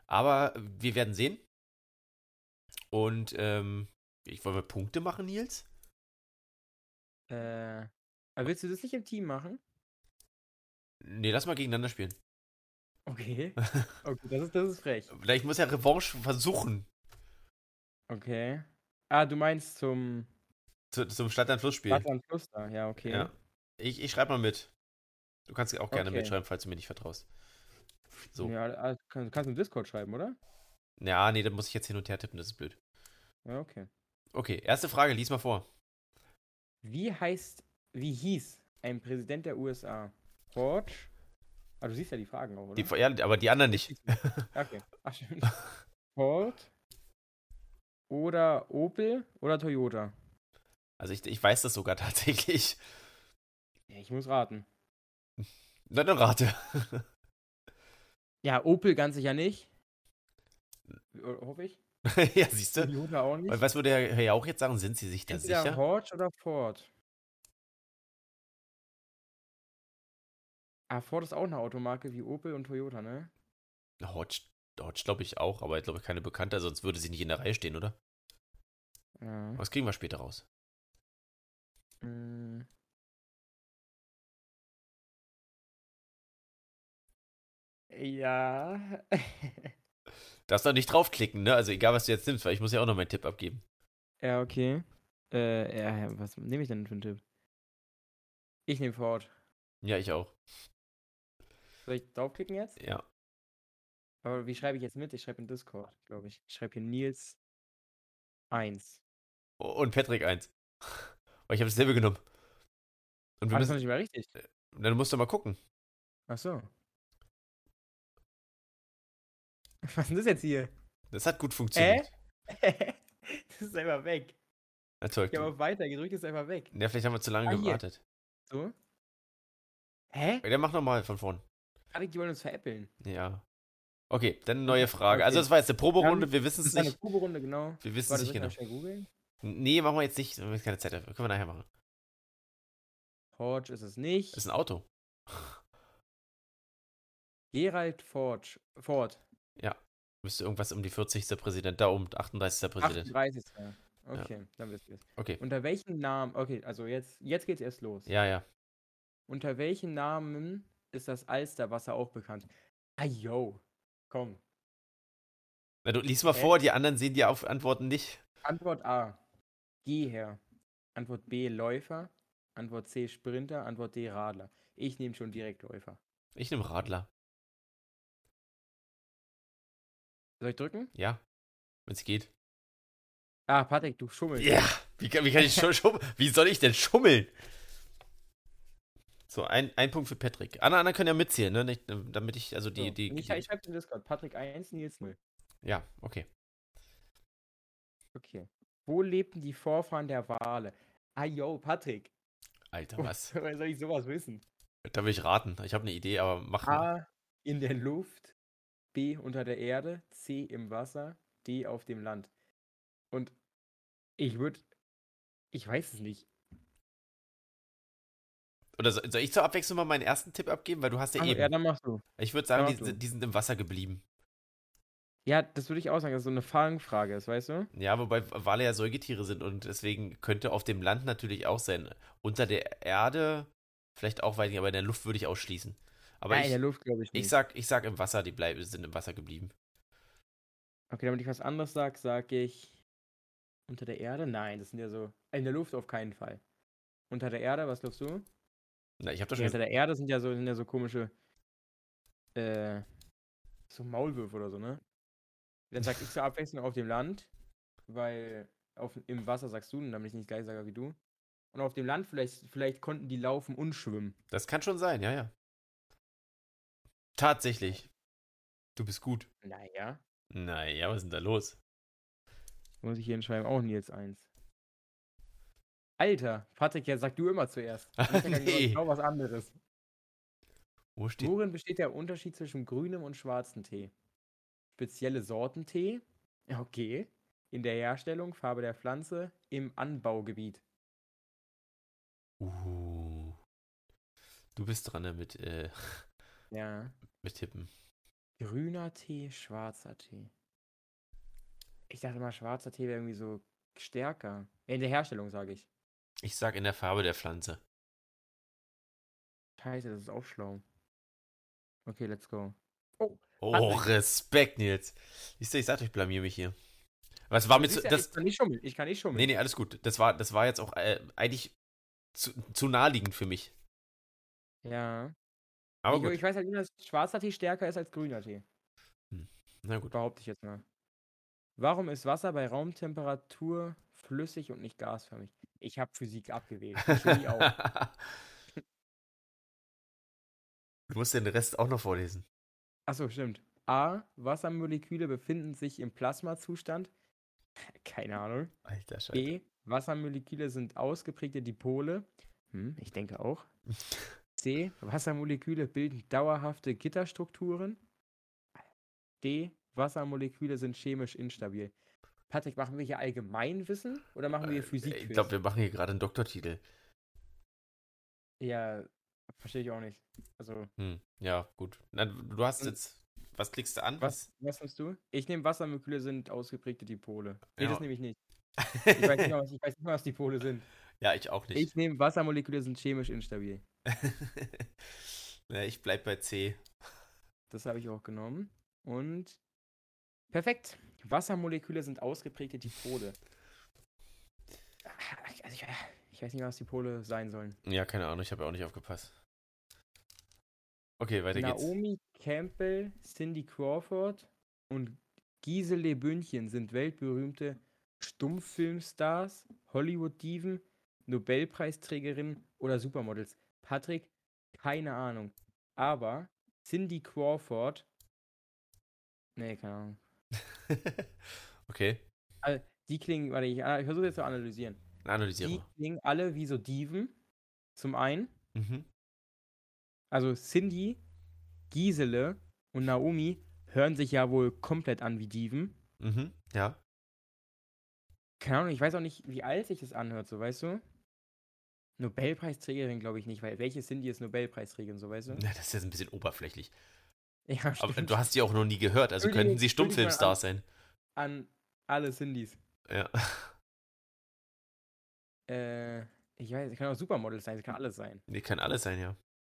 A: Aber wir werden sehen. Und ähm, ich wollen wir Punkte machen, Nils?
B: Äh, aber willst du das nicht im Team machen?
A: Nee, lass mal gegeneinander spielen.
B: Okay. Okay, das ist, das ist frech.
A: Vielleicht muss ja Revanche versuchen
B: Okay. Ah, du meinst zum
A: zu, zum Stadt an Fluss spielen.
B: Stadtland Plus da. Ja, okay.
A: Ja. Ich, ich schreibe mal mit. Du kannst auch gerne
B: Okay.
A: mitschreiben, falls du mir nicht vertraust. So. Ja.
B: ja ah, kann, kannst du im Discord schreiben, oder?
A: nee, dann muss ich jetzt hin und her tippen, das ist blöd.
B: Ja, okay.
A: Okay, erste Frage, lies mal vor.
B: Wie heißt, wie hieß ein Präsident der USA? George? Ah, du siehst ja die Fragen auch, oder?
A: Die, ja, aber die anderen nicht.
B: okay. Ach, schön. Ford oder Opel oder Toyota?
A: Also ich, ich weiß das sogar tatsächlich.
B: Ja, ich muss raten.
A: Na, dann rate.
B: Ja, Opel ganz sicher nicht. Ho- Hoffe ich.
A: ja, siehst du?
B: Toyota auch
A: Weil
B: nicht.
A: was würde Herr Herr Jauch jetzt sagen? Sind Sie sich da
B: Entweder
A: sicher?
B: Horch oder Ford. Ah, Ford ist auch eine Automarke wie Opel und Toyota, ne?
A: Hodge, Hodge glaube ich auch, aber ich glaube keine Bekannte, sonst würde sie nicht in der Reihe stehen, oder?
B: Ja. Mhm.
A: Aber das kriegen wir später raus.
B: Mm. Ja.
A: Darfst du nicht draufklicken, ne? Also egal, was du jetzt nimmst, weil ich muss ja auch noch meinen Tipp abgeben.
B: ja, okay. Äh, ja, ja, was nehme ich denn für einen Tipp? Ich nehme Ford.
A: Ja, ich auch.
B: Soll ich draufklicken jetzt?
A: Ja.
B: Aber wie schreibe ich jetzt mit? Ich schreibe in Discord, glaube ich. Ich schreibe hier Nils 1.
A: Und Patrick eins. Weil ich habe dasselbe genommen. Und wir
B: Ah, das
A: müssen,
B: war nicht mal richtig.
A: dann musst du mal gucken.
B: Ach so. Was ist denn das jetzt hier?
A: Das hat gut funktioniert.
B: Äh? das ist einfach weg.
A: Erzeugt.
B: Ich habe auf Weiter gedrückt, ist einfach weg.
A: Ja, vielleicht haben wir zu lange
B: Ah, hier.
A: gewartet.
B: So. Hä?
A: Ja, Dann mach nochmal von vorn.
B: Patrick, die wollen uns veräppeln.
A: Ja. Okay, dann eine neue Frage. Also
B: okay.
A: das war jetzt eine Proberunde,
B: Dann-
A: wir wissen es
B: eine
A: nicht.
B: Proberunde, genau.
A: Wir wissen es nicht
B: Warte, soll ich mal
A: genau.
B: schnell googeln?
A: Nee, machen wir jetzt nicht. Wir haben jetzt keine Zeit dafür. Können wir nachher machen.
B: Forge ist es nicht.
A: Das ist ein Auto.
B: Gerald Forge. Ford.
A: Müsste irgendwas um die 40. Präsident, da um 38. Präsident.
B: 38. Okay, dann wisst ihr es.
A: Okay.
B: Unter welchen Namen, okay, also jetzt, jetzt geht's erst los.
A: Ja, ja.
B: Unter welchen Namen ist das Alsterwasser auch bekannt? Ah, yo. Komm.
A: Na, du lies mal
B: Hä?
A: vor, die anderen sehen die Auf Antworten nicht.
B: Antwort A. Geher. Antwort B. Läufer. Antwort C. Sprinter. Antwort D. Radler. Ich nehme schon direkt Läufer.
A: Ich nehme Radler.
B: Soll ich drücken?
A: Ja. Wenn es geht.
B: Ah, Patrick, du schummelst.
A: Ja, wie kann, wie kann ich schon schummeln? Wie soll ich denn schummeln? So, ein, ein Punkt für Patrick. Alle anderen können ja mitzählen, ne? Nicht, ähm, damit ich, also die,
B: So,
A: die,
B: und ich,
A: die
B: ich schreibe in Discord. Patrick 1, Nils 0.
A: Ja, okay.
B: Okay. Wo lebten die Vorfahren der Wale? Ah, yo, Patrick.
A: Alter,
B: Wo-
A: was?
B: Woher soll ich sowas wissen?
A: Da will ich raten. Ich habe eine Idee, aber mach mal.
B: A. In der Luft. B. Unter der Erde. C. Im Wasser. D. Auf dem Land. Und ich würde. Ich weiß es nicht.
A: Oder soll soll ich zur Abwechslung mal meinen ersten Tipp abgeben? Weil du hast ja
B: Also,
A: eben.
B: ja, dann machst du.
A: ich würde sagen,
B: ja,
A: die,
B: du.
A: sind- die sind im Wasser geblieben.
B: Ja, das würde ich auch sagen, dass es so eine Fangfrage ist, weißt du?
A: Ja, wobei Wale ja Säugetiere sind und deswegen könnte auf dem Land natürlich auch sein. Unter der Erde vielleicht auch, weil aber in der Luft würde ich ausschließen. Aber
B: ja, in
A: ich,
B: der Luft, glaube ich nicht.
A: ich, sag, ich sag im Wasser, die bleib, sind im Wasser geblieben.
B: okay, damit ich was anderes sage, sage ich. Unter der Erde? Nein, das sind ja so. In der Luft auf keinen Fall. Unter der Erde, was glaubst du?
A: Na, ich habe doch
B: Nee,
A: schon
B: unter
A: gesagt,
B: der Erde sind ja so, sind ja so komische. Äh, so Maulwürfe oder so, ne? Dann sag ich zur Abwechslung auf dem Land, weil auf, im Wasser sagst du, damit ich nicht gleich sage wie du. Und auf dem Land vielleicht, vielleicht konnten die laufen und schwimmen.
A: das kann schon sein, ja, ja. Tatsächlich. Du bist gut.
B: Naja.
A: Naja, was ist denn da los?
B: Muss ich hier hinschreiben, auch Nils 1. Alter, Patrick, jetzt sag du immer zuerst. Ich sag dann
A: Nee.
B: genau was anderes.
A: Wo steht.
B: Worin besteht der Unterschied zwischen grünem und schwarzem Tee? Spezielle Sorten Tee? Okay. In der Herstellung, Farbe der Pflanze, im Anbaugebiet.
A: Uh. Du bist dran damit, äh,
B: Ja.
A: mit Tippen.
B: Grüner Tee, schwarzer Tee. Ich dachte mal, schwarzer Tee wäre irgendwie so stärker. In der Herstellung, sage ich.
A: Ich sag in der Farbe der Pflanze.
B: Scheiße, das ist auch schlau. Okay, let's go.
A: Oh,
B: Patrick.
A: Respekt, Nils. Siehst du, ich sagte, ich blamier mich hier. Was war mir
B: Du
A: zu,
B: siehst ja,
A: das,
B: ich kann nicht schummeln. Ich kann nicht schummeln.
A: Nee, nee, alles gut. Das war, das war jetzt auch äh, eigentlich zu, zu naheliegend für mich.
B: Ja.
A: Aber
B: ich,
A: gut.
B: ich weiß halt nur, dass schwarzer Tee stärker ist als grüner Tee.
A: Na gut.
B: Behaupte ich jetzt mal. Warum ist Wasser bei Raumtemperatur flüssig und nicht gasförmig? Ich habe Physik abgewählt. Chemie auch.
A: Du musst den Rest auch noch vorlesen.
B: Achso, stimmt. A. Wassermoleküle befinden sich im Plasmazustand. Keine Ahnung.
A: Alter Scheiße.
B: B. Wassermoleküle sind ausgeprägte Dipole. Hm, ich denke auch. C. Wassermoleküle bilden dauerhafte Gitterstrukturen. D. Wassermoleküle sind chemisch instabil. Patrick, machen wir hier Allgemeinwissen oder machen wir hier Physik?
A: Äh, Ich glaube, wir machen hier gerade einen Doktortitel.
B: Ja, verstehe ich auch nicht. Also,
A: Hm. Ja, gut. Na, du hast
B: Und-
A: jetzt. Was klickst du an?
B: Hm. was, was nimmst du? Ich nehme Wassermoleküle sind ausgeprägte Dipole. Nee,
A: Ja.
B: das nehme ich nicht. Ich weiß nicht, mal, was, ich weiß nicht mal, was Dipole sind.
A: ja, ich auch nicht.
B: Ich nehme Wassermoleküle sind chemisch instabil.
A: Na, ich bleib bei C.
B: Das habe ich auch genommen. Und perfekt. Wassermoleküle sind ausgeprägte Dipole. Ah, ich- Also ich, ich weiß nicht, mehr, was Dipole sein sollen.
A: Ja, keine Ahnung, ich habe ja auch nicht aufgepasst. Okay, weiter geht's.
B: Naomi Campbell, Cindy Crawford und Gisele Bündchen sind weltberühmte Stummfilmstars, Hollywood-Diven, Nobelpreisträgerinnen oder Supermodels. Patrick, keine Ahnung. Aber Cindy Crawford. Nee, keine Ahnung.
A: okay,
B: Die klingen, warte, ich, ah, ich versuche jetzt zu analysieren.
A: dann analysieren
B: Die
A: wir.
B: klingen alle wie so Diven. Zum einen.
A: Mhm.
B: Also Cindy, Gisele und Naomi hören sich ja wohl komplett an wie Diven.
A: Mhm. Ja.
B: Keine Ahnung, ich weiß auch nicht, wie alt sich das anhört, so weißt du? Nobelpreisträgerin glaube ich nicht, weil welche Cindy ist Nobelpreisträgerin, so weißt du?
A: Na, das ist jetzt ein bisschen oberflächlich.
B: Ja,
A: Aber du hast die auch noch nie gehört, also
B: Entschuldigung,
A: könnten sie
B: Entschuldigung,
A: Stummfilmstars sein.
B: An alle Cindys.
A: Ja.
B: Äh, ich weiß, es kann auch Supermodels sein, es kann alles sein.
A: Nee, kann alles sein, ja.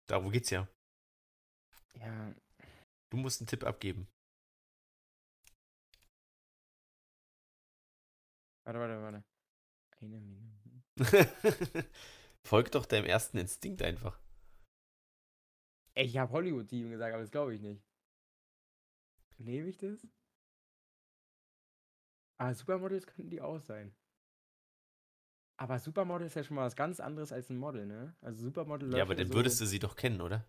A: Darum geht's ja.
B: Ja,
A: Du musst einen Tipp abgeben.
B: warte, warte, warte. Eine Minute.
A: Folg doch deinem ersten Instinkt einfach.
B: Ey, Ich habe Hollywood-Dieben gesagt, aber das glaube ich nicht. Nehme ich das? Ah, Supermodels könnten die auch sein. Aber Supermodel ist ja schon mal was ganz anderes als ein Model, ne? Also Supermodel
A: Ja, aber dann würdest du sie doch kennen, oder?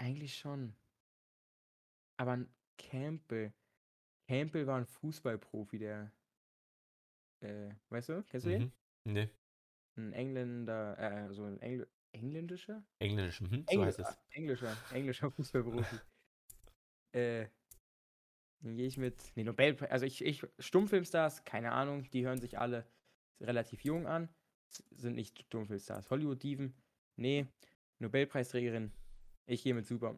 B: Eigentlich schon. Aber ein Campbell. Campbell war ein Fußballprofi, der. Äh, weißt du? Kennst du den?
A: Mhm. Nee,
B: Ein Engländer, äh, so ein Engl engländischer?
A: Englisch, mhm, so
B: Engl-
A: heißt es.
B: ah, Englischer, englischer Fußballprofi. äh, dann gehe ich mit, nee, Nobel, also ich, ich, Stummfilmstars, keine Ahnung, die hören sich alle relativ jung an, s- sind nicht Stummfilmstars. Hollywood-Diven, nee, Nobelpreisträgerin, ich gehe mit Super.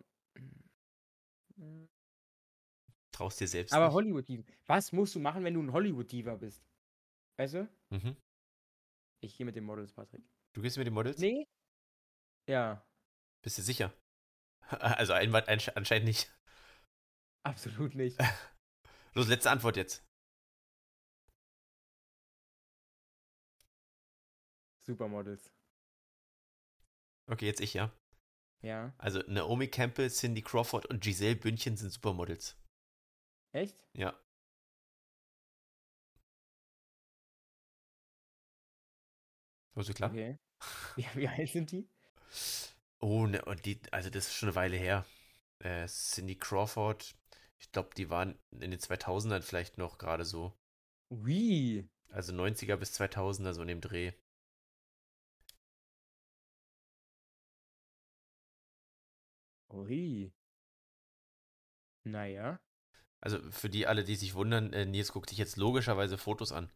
A: Traust dir selbst
B: Aber
A: nicht.
B: Hollywood-Diven, was musst du machen, wenn du ein Hollywood-Diva bist? Weißt du?
A: Mhm.
B: Ich gehe mit den Models, Patrick.
A: Du gehst mit den Models?
B: Nee? Ja,
A: Bist du sicher? Also Einwand einsch- anscheinend nicht.
B: absolut nicht.
A: Los, letzte Antwort jetzt.
B: Supermodels.
A: Okay, jetzt ich, ja.
B: Ja.
A: Also Naomi Campbell, Cindy Crawford und Giselle Bündchen sind Supermodels.
B: Echt?
A: Ja. Warst du klar?
B: Okay. Wie, wie alt sind die?
A: Oh, ne, und die, also das ist schon eine Weile her. Äh, Cindy Crawford, ich glaube, die waren in den 2000ern vielleicht noch gerade so.
B: Ui.
A: Also 90er bis 2000er, so in dem Dreh.
B: Ui. Naja.
A: Also für die alle, die sich wundern, äh, Nils guckt sich jetzt logischerweise Fotos an.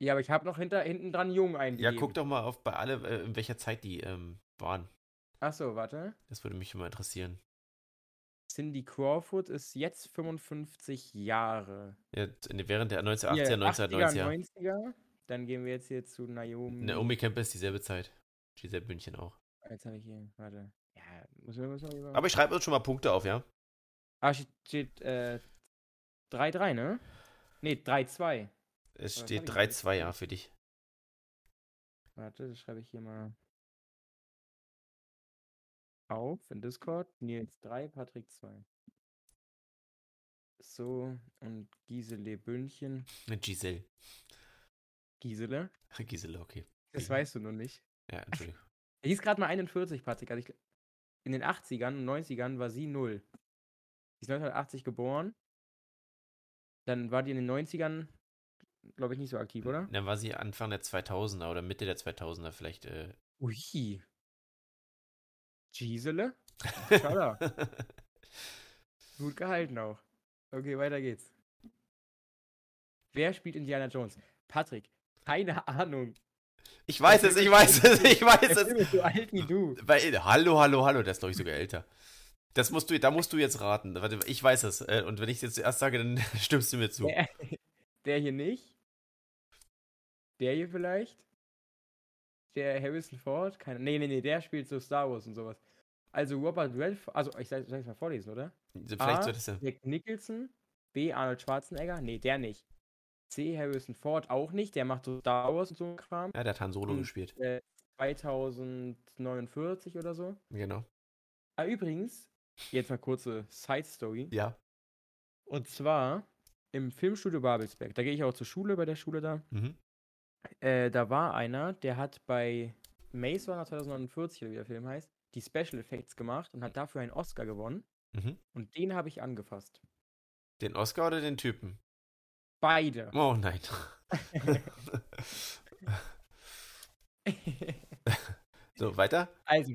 B: Ja, aber ich habe noch hinter, hinten dran Jung
A: Ja,
B: eingegeben.
A: guck doch mal auf bei alle, äh, in welcher Zeit die ähm, waren.
B: Achso, warte.
A: Das würde mich immer interessieren.
B: Cindy Crawford ist jetzt 55 Jahre.
A: Ja, in, während der 1980er,
B: Hier,
A: 1990er.
B: 90er. Dann gehen wir jetzt hier zu Naomi.
A: Naomi Campbell ist dieselbe Zeit. Giselle Bündchen auch.
B: Jetzt habe ich hier, warte. Ja, muss man, muss man über-
A: Aber ich schreibe uns schon mal Punkte auf, ja?
B: Ah, steht, steht äh, 3-3, ne? Ne, 3-2.
A: Es
B: Aber das
A: steht
B: hab ich
A: 3-2, ja, für dich.
B: Warte, das schreibe ich hier mal auf in Discord. Nils 3, Patrick 2. So, und Gisele Bündchen.
A: Giselle.
B: Gisele?
A: Giselle, okay.
B: Das
A: Mhm.
B: weißt du noch nicht.
A: Ja, Entschuldigung.
B: Die ist gerade mal 41, Patrick. Also ich, gl- in den 80ern und 90ern war sie 0. Sie ist 1980 geboren. Dann war die in den 90ern, glaube ich, nicht so aktiv, oder?
A: Dann war sie Anfang der 2000er oder Mitte der 2000er vielleicht. Äh.
B: Ui. Gisele? Tada. Gut gehalten auch. Okay, weiter geht's. Wer spielt Indiana Jones? Patrick, keine Ahnung.
A: ich weiß es, ich weiß es, ich
B: Der
A: weiß
B: Film
A: es.
B: ist so alt wie du.
A: Weil, hallo, hallo, hallo, das ist glaube ich sogar älter. Das musst du, da musst du jetzt raten. Warte, ich weiß es. äh, Und wenn ich es jetzt zuerst sage, dann stimmst du mir zu.
B: Der, der hier nicht. Der hier vielleicht. Der Harrison Ford. Keine, nee, nee, nee, der spielt so Star Wars und sowas. Also Robert Redford, also ich soll soll ich's mal vorlesen, oder?
A: Vielleicht
B: A.
A: solltest du.
B: Jack Nicholson, B. Arnold Schwarzenegger, nee, der nicht. C. Harrison Ford auch nicht, der macht so Star Wars und so ein Kram.
A: Ja, der hat Han Solo
B: Hm.
A: gespielt.
B: Äh, 2049 oder so.
A: Genau.
B: Ah, übrigens, jetzt mal kurze Side-Story.
A: Ja.
B: Und zwar im Filmstudio Babelsberg. Da gehe ich auch zur Schule, bei der Schule da.
A: Mhm.
B: Äh, da war einer, der hat bei Maze Runner 2049, oder wie der Film heißt, die Special Effects gemacht und hat dafür einen Oscar gewonnen.
A: Mhm.
B: Und den habe ich angefasst.
A: Den Oscar oder den Typen?
B: Beide.
A: Oh nein. so, weiter?
B: also,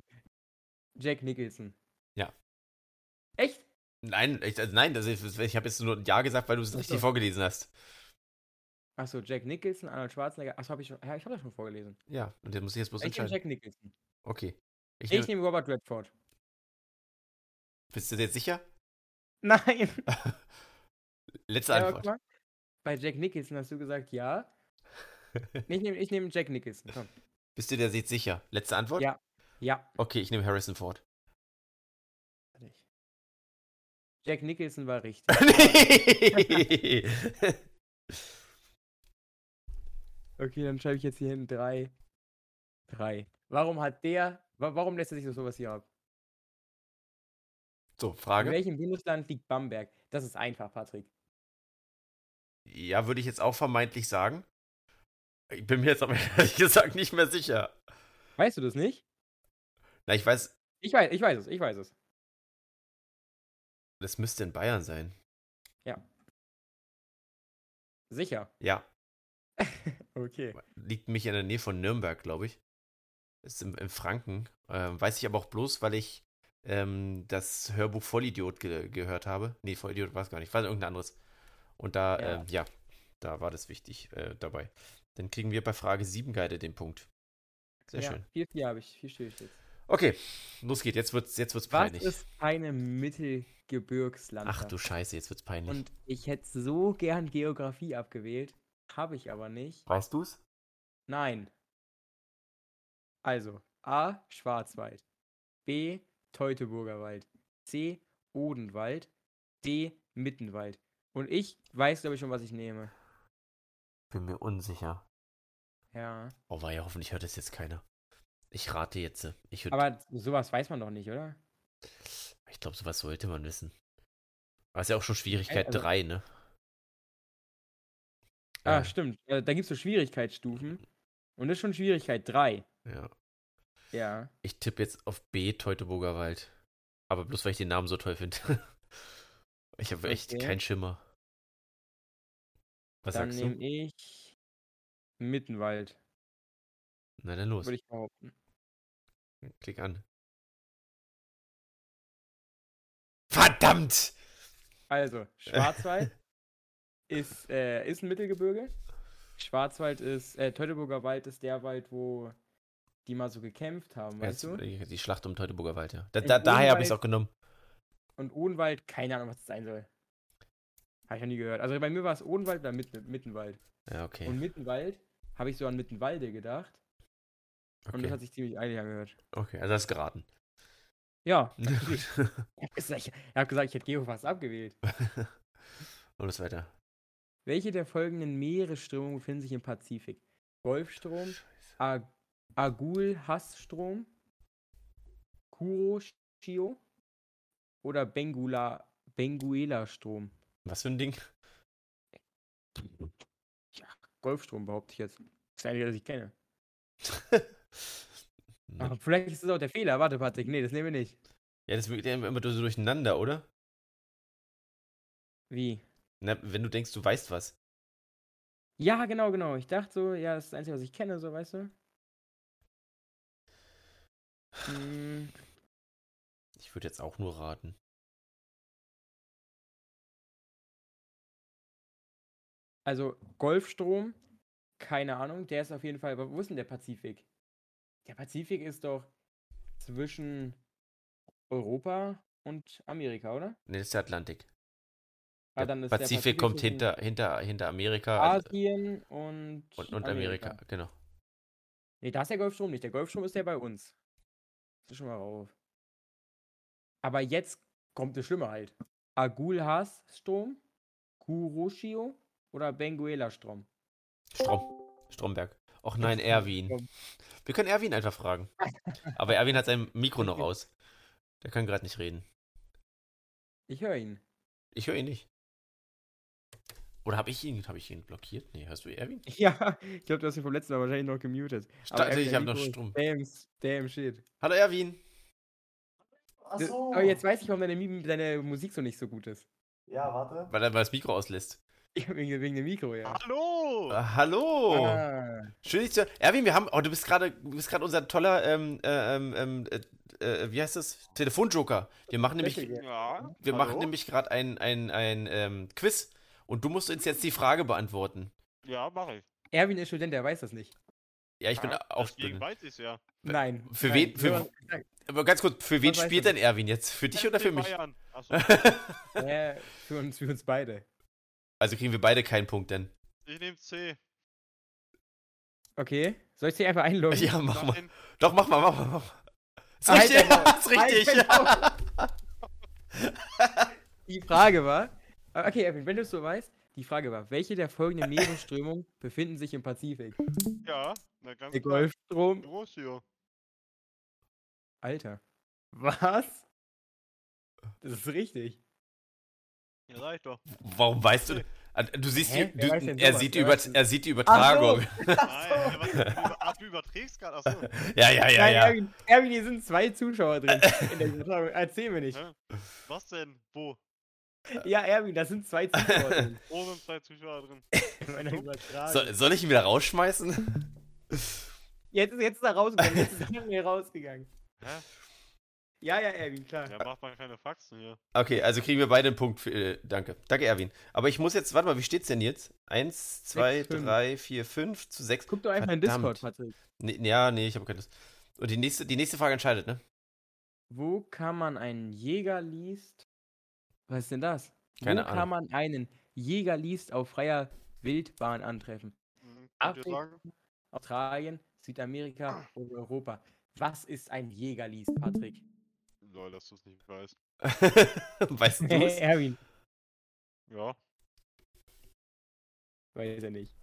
B: Jack Nicholson.
A: Ja.
B: Echt?
A: Nein, ich, also nein, das ist, ich habe jetzt nur ein Ja gesagt, weil du es
B: Ach
A: richtig
B: so.
A: vorgelesen hast.
B: Achso, Jack Nicholson, Arnold Schwarzenegger. Achso, hab ich, schon- ja, ich habe das schon vorgelesen.
A: Ja, und den muss ich jetzt bloß
B: Ich nehme
A: entscheiden.
B: Jack Nicholson.
A: Okay. Ich
B: Ich,
A: nehm,
B: nehme Robert Redford.
A: bist du dir jetzt sicher?
B: Nein.
A: Letzte
B: Ja, aber guck
A: Antwort.
B: mal, bei Jack Nicholson hast du gesagt ja. Nee, Ich nehme ich nehm Jack Nicholson. Komm.
A: Bist du dir jetzt sicher? Letzte Antwort?
B: Ja. Ja.
A: Okay, ich nehme Harrison Ford.
B: Fertig. Jack Nicholson war richtig.
A: nee.
B: Okay, dann schreibe ich jetzt hier hin 3. 3. Warum hat der, wa- warum lässt er sich so sowas hier ab?
A: So,
B: In
A: Frage.
B: welchem Bundesland liegt Bamberg? Das ist einfach, Patrick.
A: Ja, würde ich jetzt auch vermeintlich sagen. Ich bin mir jetzt aber ehrlich gesagt nicht mehr sicher.
B: Weißt du das nicht?
A: Na, ich weiß,
B: Ich weiß, ich weiß es, ich weiß es.
A: das müsste in Bayern sein.
B: Ja. Sicher.
A: Ja,
B: Okay.
A: liegt nämlich in der Nähe von Nürnberg, glaube ich. Ist im, in Franken. Ähm, weiß ich aber auch bloß, weil ich ähm, das Hörbuch Vollidiot ge gehört habe. Nee, Vollidiot war es gar nicht. War irgendein anderes. Und da,
B: Ja.
A: ja, ja da war das wichtig äh, dabei. Dann kriegen wir bei Frage 7 Guide den Punkt. Sehr
B: ja,
A: schön.
B: 4-4 habe ich. Viel stehe ich jetzt.
A: Okay, los geht's. Jetzt wird's, jetzt wird's
B: Was
A: peinlich.
B: ist keine Mittelgebirgslandschaft?
A: Ach du Scheiße, jetzt wird's peinlich.
B: Und ich hätte so gern Geografie abgewählt. Habe ich aber nicht.
A: weißt du's?
B: Nein. Also, A. Schwarzwald. B. Teutoburger Wald. C. Odenwald. D. Mittenwald. Und ich weiß, glaube ich, schon, was ich nehme.
A: Bin mir unsicher.
B: Ja.
A: Oh, war ja hoffentlich hört es jetzt keiner. Ich rate jetzt. äh, Ich, würd-
B: Aber sowas weiß man doch nicht, oder?
A: ich glaube, sowas sollte man wissen. Aber ist ja auch schon Schwierigkeit
B: Also-
A: 3, ne?
B: Ah,
A: Ähm,
B: stimmt. Äh, Da gibt es so Schwierigkeitsstufen. Und das ist schon Schwierigkeit 3.
A: Ja.
B: Ja.
A: Ich tippe jetzt auf B, Teutoburger Wald. Aber bloß, weil ich den Namen so toll finde. ich habe echt
B: Okay.
A: keinen Schimmer. Was
B: Dann
A: sagst du?
B: nehme ich Mittenwald,
A: Na dann los.
B: würde ich behaupten.
A: Klick an. Verdammt!
B: Also, Schwarzwald ist, äh, ist ein Mittelgebirge. Schwarzwald ist, äh, Teutoburger Wald ist der Wald, wo die mal so gekämpft haben, weißt
A: Jetzt,
B: du? Äh,
A: äh, Die Schlacht um Teutoburger Wald, ja. Da,
B: Im
A: da, daher habe ich es
B: Odenwald-
A: auch genommen.
B: Und Odenwald, keine Ahnung, was das sein soll. Habe ich noch nie gehört. Also bei mir war es Odenwald oder Mitten, Mittenwald.
A: Ja, okay.
B: Und Mittenwald habe ich so an Mittenwalde gedacht. Und das
A: Okay,
B: hat sich ziemlich eilig angehört.
A: okay. also hast geraten.
B: Ja, natürlich.
A: Gut.
B: ich habe gesagt, ich, hab gesagt, ich hätte Geo fast abgewählt.
A: Und los weiter.
B: Welche der folgenden Meeresströmungen befinden sich im Pazifik? Golfstrom, Ag Agul-Hassstrom, Kuroshio oder Bengula Benguela-Strom?
A: Was für ein Ding?
B: Golfstrom behaupte ich jetzt. Das ist eigentlich, das ich kenne.
A: Na,
B: Aber vielleicht ist das auch der Fehler. Warte, Patrick. Nee, das nehmen wir nicht.
A: ja, das wirkt ja immer immer so durcheinander, oder?
B: Wie?
A: Na, wenn du denkst, du weißt was.
B: Ja, genau, genau. Ich dachte so, ja, das ist das Einzige, was ich kenne, so, weißt du? Hm,
A: Ich würde jetzt auch nur raten.
B: also, Golfstrom, keine Ahnung. Der ist auf jeden Fall. aber Wo ist denn der Pazifik? Der Pazifik ist doch zwischen Europa und Amerika, oder?
A: Nee, das ist der Atlantik.
B: Ah,
A: der,
B: dann ist der
A: Pazifik kommt
B: zwischen
A: hinter, hinter, hinter Amerika
B: Ah,
A: also,
B: Asien und,
A: und, und Amerika. Genau.
B: Nee, da ist der Golfstrom nicht. Der Golfstrom ist ja bei uns. Das ist schon mal rauf. Aber jetzt kommt das Schlimme halt. Agulhas-Strom, Kuroshio oder Benguela-Strom?
A: Strom. Stromberg. Och nein, Erwin.
B: Strom.
A: Wir können Erwin einfach fragen. Aber Erwin hat sein Mikro noch aus. Der kann gerade nicht reden.
B: Ich höre ihn.
A: Ich höre ihn nicht. Oder habe ich ihn, habe ich ihn blockiert? Nee, hörst du Erwin?
B: Ja, ich glaube, du hast ihn vom letzten Mal wahrscheinlich noch gemutet.
A: Sta- also
B: er-
A: ich
B: der
A: habe noch
B: Nico ist
A: Strom.
B: Damn, s- damn shit.
A: Hallo Erwin.
C: Ach
B: Das-
C: so.
B: Aber jetzt weiß ich, warum deine, Mi- deine Musik so nicht so gut ist.
C: Ja, warte.
A: Weil er mal das Mikro auslässt.
B: Ja, wegen, wegen dem Mikro, ja.
A: Ah,
D: Hallo!
A: hallo.
B: Oh. Ah,
A: Schön, dich zu hören. Erwin, wir haben. Oh, du bist gerade du bist gerade unser toller, ähm, äh, ähm, ähm, äh, äh, wie heißt das? Telefonjoker. Wir machen nämlich,
B: Richtig, ja.
D: Ja,
A: wir
D: hallo?
A: machen nämlich gerade ein, ein, ein ähm, Quiz und du musst uns jetzt die Frage beantworten.
D: Ja, mache ich.
B: Erwin ist Student, der weiß das nicht.
A: Ja, ich bin
D: Ja,
A: auch
D: Deswegen
A: drin.
D: weiß ich es ja.
B: Nein.
A: für
B: nein.
A: wen- für-
B: Sowas-
A: Aber ganz kurz, für wen
B: Was weißt
A: spielt
B: du
A: denn Erwin jetzt? Für dich oder
D: FC
A: für mich?
D: Bayern. Ach so,
B: äh, für, uns, für uns beide.
A: also kriegen wir beide keinen Punkt denn.
D: ich nehme C.
B: Okay. Soll ich dich einfach einloggen?
A: Ja, mach mal.
D: Nein,
A: Doch, mach mal, mach mal, mach mal. Ist
B: Alter,
A: richtig,
B: Mann.
A: ist richtig.
B: Alter, Die Frage war, äh, okay, Erwin, wenn du es so weißt, die Frage war, welche der folgenden Meeresströmungen befinden sich im Pazifik?
D: Ja, na ganz
B: Der
D: klar.
B: Golfstrom.
D: Großio.
B: Alter. Was? Das ist richtig.
D: Ja, sag ich doch.
A: Warum weißt du? Du siehst
B: Hä?
A: die,
B: Wer
A: du,
B: weiß denn
A: er,
B: sowas?
A: sieht die
B: Wer
A: Über,
B: weiß denn-
A: er sieht die Übertragung.
D: Nein, äh, was, du, über- ach, du überträgst gerade. Achso.
A: Ja, ja, ja,
B: Nein,
A: ja.
B: Erwin, Erwin, hier sind zwei Zuschauer drin. In der Übertragung. Erzähl mir nicht.
D: Hä? Was denn? Wo?
B: Ja, Erwin, da sind zwei Zuschauer
D: Oben zwei Zuschauer drin.
B: in meiner Übertragung.
A: Soll, soll ich ihn wieder rausschmeißen?
B: Jetzt, ist- jetzt ist er rausgegangen, jetzt ist er mir rausgegangen.
D: Hä?
B: Ja, ja, Erwin, klar.
D: Ja, macht mal keine Faxen hier.
A: Okay, also kriegen wir beide einen Punkt. Für, äh, danke. Danke, Erwin. Aber ich muss jetzt, warte mal, wie steht's denn jetzt? Eins, zwei,
B: fünf.
A: drei, vier, fünf zu sechs.
B: Guck doch einfach in
A: Verdammt.
B: Discord, Patrick.
A: Nee, ja, nee, ich habe keine Lust. Und die nächste, die nächste Frage entscheidet, ne?
B: Wo kann man einen Jäger liest? Was ist denn das?
A: Keine
B: Wo kann
A: Ahnung.
B: man einen Jäger liest auf freier Wildbahn antreffen?
D: Mhm,
A: Ah,
D: Könnt ihr
B: Afrika,
D: sagen?
B: Australien, Südamerika und Europa. Was ist ein Jägerlies, Patrick?
D: Lol, dass du es nicht weißt.
A: weißt du es?
B: Erwin.
D: Ja.
B: Weiß er nicht.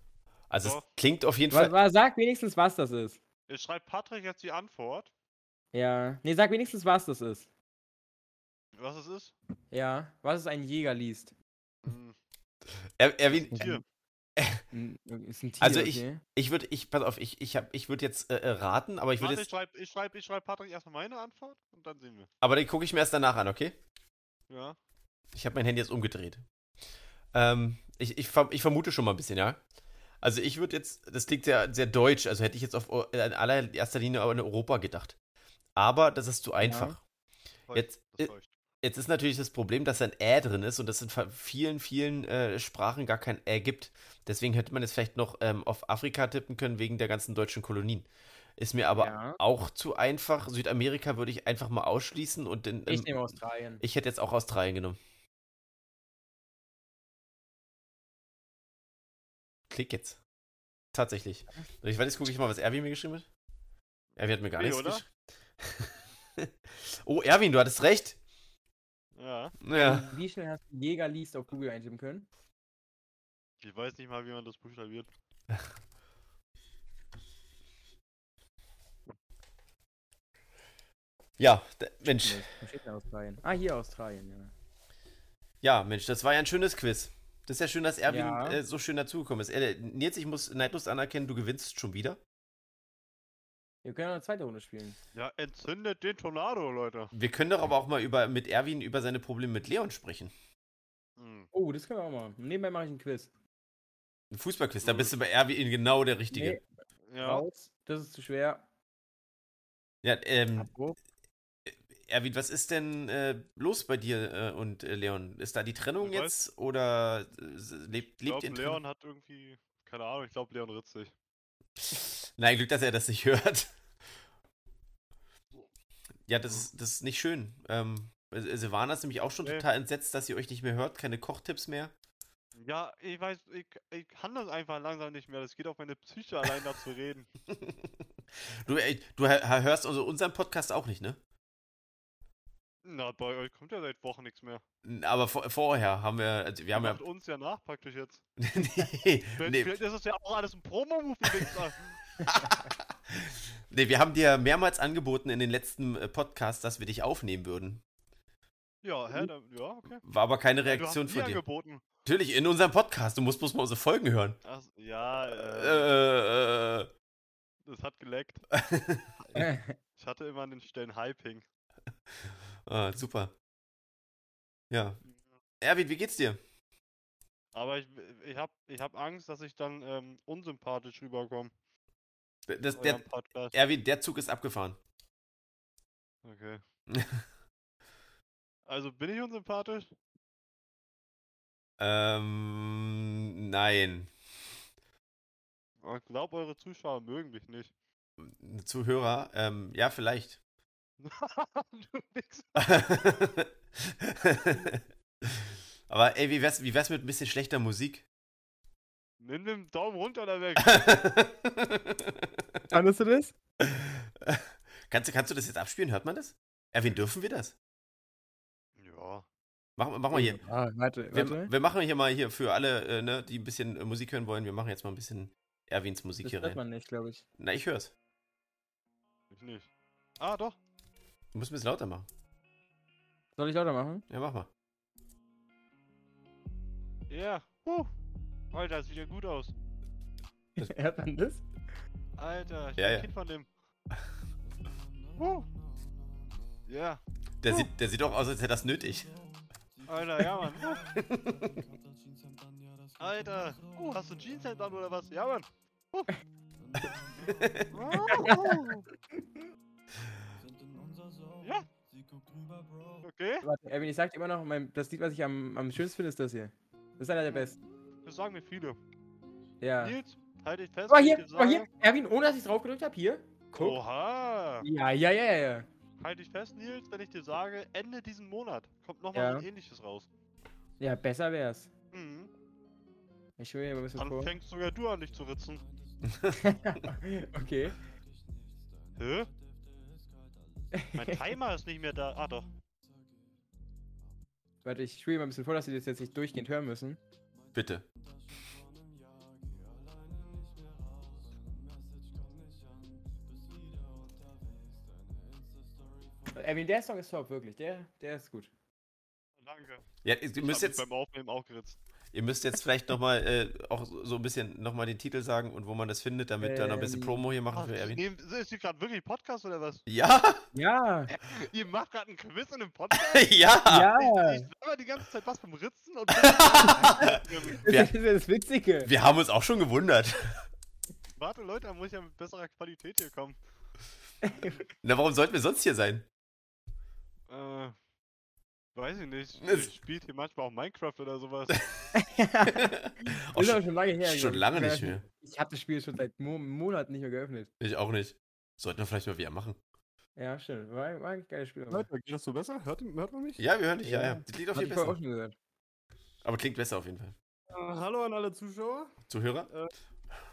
A: Also, es
D: Doch.
A: klingt auf jeden
B: Was,
A: Fall.
B: was, sag wenigstens, was das ist.
D: Jetzt schreibt Patrick jetzt die Antwort.
B: Ja. Nee, sag wenigstens, was das ist.
D: Was es ist?
B: Ja. Was ist ein Jägerliest?
D: Hm,
A: Er, Erwin,
D: Tier.
B: Ein- Ist ein Tier,
A: Also ich-
B: okay?
A: ich würde, ich, pass auf, ich, ich, hab- ich würde jetzt äh, äh, raten, aber ich würde
D: Warte, ich
A: jetzt.
D: schreibe ich schreib, ich schreib Patrick erstmal meine Antwort und dann sehen wir.
A: Aber die gucke ich mir erst danach an, okay?
D: Ja.
A: Ich habe mein Handy jetzt umgedreht. Ähm, ich, ich, verm- ich vermute schon mal ein bisschen, ja. Also ich würde jetzt, das klingt sehr, sehr deutsch, also hätte ich jetzt auf Eu- in allererster Linie an Europa gedacht. Aber das ist zu einfach.
D: täuscht,
A: Jetzt-
D: Das
A: äh,
D: täuscht.
A: Jetzt ist natürlich das Problem, dass da ein Ä drin ist und das in ver- vielen, vielen äh, Sprachen gar kein Ä gibt. Deswegen hätte man jetzt vielleicht noch ähm, auf Afrika tippen können, wegen der ganzen deutschen Kolonien. Ist mir aber
B: Ja.
A: auch zu einfach. Südamerika würde ich einfach mal ausschließen und in,
B: Ich
A: ähm,
B: nehme Australien.
A: ich hätte jetzt auch Australien genommen. Klick jetzt. Tatsächlich. Und ich weiß, jetzt gucke ich mal, was Erwin mir geschrieben hat. Erwin hat mir gar
D: Nee,
A: nichts
D: oder?
A: geschrieben. oh, Erwin, du hattest recht.
D: Ja.
A: Ja.
B: Wie schnell hast du Jägerliest auf Google eintippen können?
D: Ich weiß nicht mal, wie man das buchstabiert.
A: Ja, d- Mensch.
B: Nee, wo steht denn Australien? Ah, hier Australien, ja.
A: Ja, Mensch, das war ja ein schönes Quiz. Das ist ja schön, dass Erwin
B: Ja.
A: äh, so schön dazugekommen ist. Äh, Nils, ich muss neidlos anerkennen, du gewinnst schon wieder.
B: Wir können noch eine zweite Runde spielen.
D: Ja, entzündet den Tornado, Leute.
A: Wir können doch aber auch mal über, mit Erwin über seine Probleme mit Leon sprechen.
D: Hm.
B: Oh, das können wir auch mal. Nebenbei mache ich einen Quiz.
A: Ein Fußballquiz, da bist du bei Erwin genau der Richtige.
B: Nee,
D: Ja.
A: Genau.
B: raus. Das ist zu schwer.
A: Ja, ähm,
B: Abbruch.
A: Erwin, was ist denn äh, los bei dir äh, und äh, Leon? Ist da die Trennung
D: Ich weiß.
A: jetzt oder äh, lebt, lebt
D: Ich glaube,
A: ihr in Trennung?
D: Leon hat irgendwie. Keine Ahnung, ich glaube, Leon ritzig.
A: Nein, Glück, dass er das nicht hört. Ja, das, ist- das ist nicht schön. Ähm, äh, Silvana ist nämlich auch schon
D: Nee.
A: total entsetzt, dass ihr euch nicht mehr hört, keine Kochtipps mehr.
D: Ja, ich weiß, ich, ich kann das einfach langsam nicht mehr. Das geht auf meine Psyche allein, da zu reden.
A: Du, ey, du hör- hörst also unseren Podcast auch nicht, ne?
D: Na, bei euch kommt ja seit Wochen nichts mehr.
A: Aber vor, vorher haben wir, also wir haben
D: Ihr
A: ja.
D: macht uns ja nach praktisch jetzt.
A: nee,
D: Vielleicht,
A: nee,
D: vielleicht ist das ja auch alles ein Promo-Move, ihr Wichser.
A: nee, wir haben dir mehrmals angeboten in den letzten äh, Podcasts, dass wir dich aufnehmen würden.
D: Ja, hä, dann, ja, okay.
A: War aber keine
D: du hast
A: Hm. Reaktion
D: nie
A: von dir.
D: angeboten.
A: Natürlich, in unserem Podcast. Du musst bloß mal unsere Folgen hören.
D: Ach, ja, äh,
A: Äh, äh,
D: das hat geleckt. Ich hatte immer an den Stellen Hyping.
A: ah, super. Ja. Erwin, wie geht's dir?
D: Aber ich, ich hab, ich hab Angst, dass ich dann ähm, unsympathisch rüberkomme.
A: Das,
D: in
A: der,
D: eurem Podcast.
A: Erwin, der Zug ist abgefahren.
D: Okay. Also bin ich unsympathisch?
A: ähm, nein.
D: Ich glaube, eure Zuschauer mögen mich nicht.
A: Zuhörer, ähm, ja, vielleicht.
D: du nix.
A: Aber ey, wie wär's, wie wär's mit ein bisschen schlechter Musik?
D: Nimm den Daumen runter da weg.
B: Fandest du das?
A: kannst, du, kannst du das jetzt abspielen? Hört man das? Erwin, dürfen wir das?
D: ja.
A: Mach, mach mal Oh, hier.
B: Ah, warte,
A: Wir, wir machen hier mal hier für alle, äh, ne, die ein bisschen äh, Musik hören wollen, wir machen jetzt mal ein bisschen Erwins Musik
B: Das
A: hier
B: hört
A: rein.
B: man nicht, glaube ich.
A: Na, ich hör's.
D: Ich nicht. Ah, doch.
A: Du musst ein bisschen lauter machen.
B: Soll ich lauter machen?
A: Ja, mach mal.
D: Ja. Yeah. Huh. Alter, das sieht ja gut aus.
B: Hört man das?
D: Alter, ich
A: Ja,
D: bin
A: ja.
D: Kind von dem. Huh. Ja.
A: Der, sieht, der sieht auch aus, als hätte das nötig.
D: Alter, ja, Mann. Alter, oh, hast du Jeanshemd an oder was? Ja, Mann. Oh. Wow. ja. Okay,
B: Warte, Erwin, ich sag immer noch, mein, das Lied, was ich am, am schönsten finde, ist das hier. Das ist einer der besten.
D: das sagen mir viele.
B: Ja.
D: Nils, halte dich fest.
B: Guck mal
D: wenn ich
B: hier,
D: dir
B: guck mal hier,
D: sage-
B: Erwin, ohne dass ich drauf gedrückt habe, hier. Guck.
D: Oha.
B: Ja, ja, ja, ja.
D: Halte dich fest, Nils, wenn ich dir sage, Ende diesen Monat kommt nochmal
B: Ja.
D: so ein ähnliches raus.
B: Ja, besser wär's.
D: Mhm.
B: Ich schwöre mir ein bisschen
D: Dann
B: vor.
D: fängst sogar du an, dich zu ritzen.
B: okay.
D: Hä? Mein Timer ist nicht mehr da. Ah, doch.
B: Warte, ich schwöre mir ein bisschen vor, dass wir das jetzt nicht durchgehend hören müssen.
A: Bitte.
B: Erwin, der Song ist top, wirklich. Der, der ist gut.
D: Danke. Ich
A: Ja, ihr
D: hab mich
A: müsst jetzt,
D: beim Aufnehmen auch geritzt.
A: ihr müsst jetzt vielleicht nochmal äh, auch so so ein bisschen nochmal den Titel sagen und wo man das findet, damit wir noch ein bisschen
B: Ähm,
A: Promo hier machen
D: Ach,
A: für Erwin.
D: nehm- ist hier gerade wirklich Podcast oder was?
A: Ja,
B: Ja,
D: Ihr macht gerade einen Quiz in einem Podcast?
A: ja.
D: Ich selber die ganze Zeit was vom Ritzen und. Warte,
A: Wer-
B: Das ist ja das Witzige.
A: Wir haben uns auch schon gewundert.
D: Leute, da muss ich ja mit besserer Qualität hier kommen.
A: Na, warum sollten wir sonst hier sein?
D: Äh. Weiß ich nicht.
A: Es-
D: Ich spielt hier manchmal auch Minecraft oder sowas.
A: Auch
B: ist aber
A: schon,
B: schon lange her.
A: Oh, schon
B: glaub ich.
A: lange
B: Ja,
A: nicht mehr.
B: Ich habe das Spiel schon seit Mo Monaten nicht mehr geöffnet.
A: Ich auch nicht. Sollten wir vielleicht mal wieder machen.
B: Ja, stimmt. War, war ein geiles Spiel. aber-
E: Leute, geht das so besser? Hört, hört man mich?
A: Ja, wir hören dich. Ja,
B: Ja.
A: ja. Das klingt auf
B: Hab
A: jeden
B: ich vorher auch
A: Fall.
B: schon gesagt.
A: Aber klingt besser auf jeden Fall.
E: Äh, hallo an alle Zuschauer,
A: Zuhörer?
E: äh,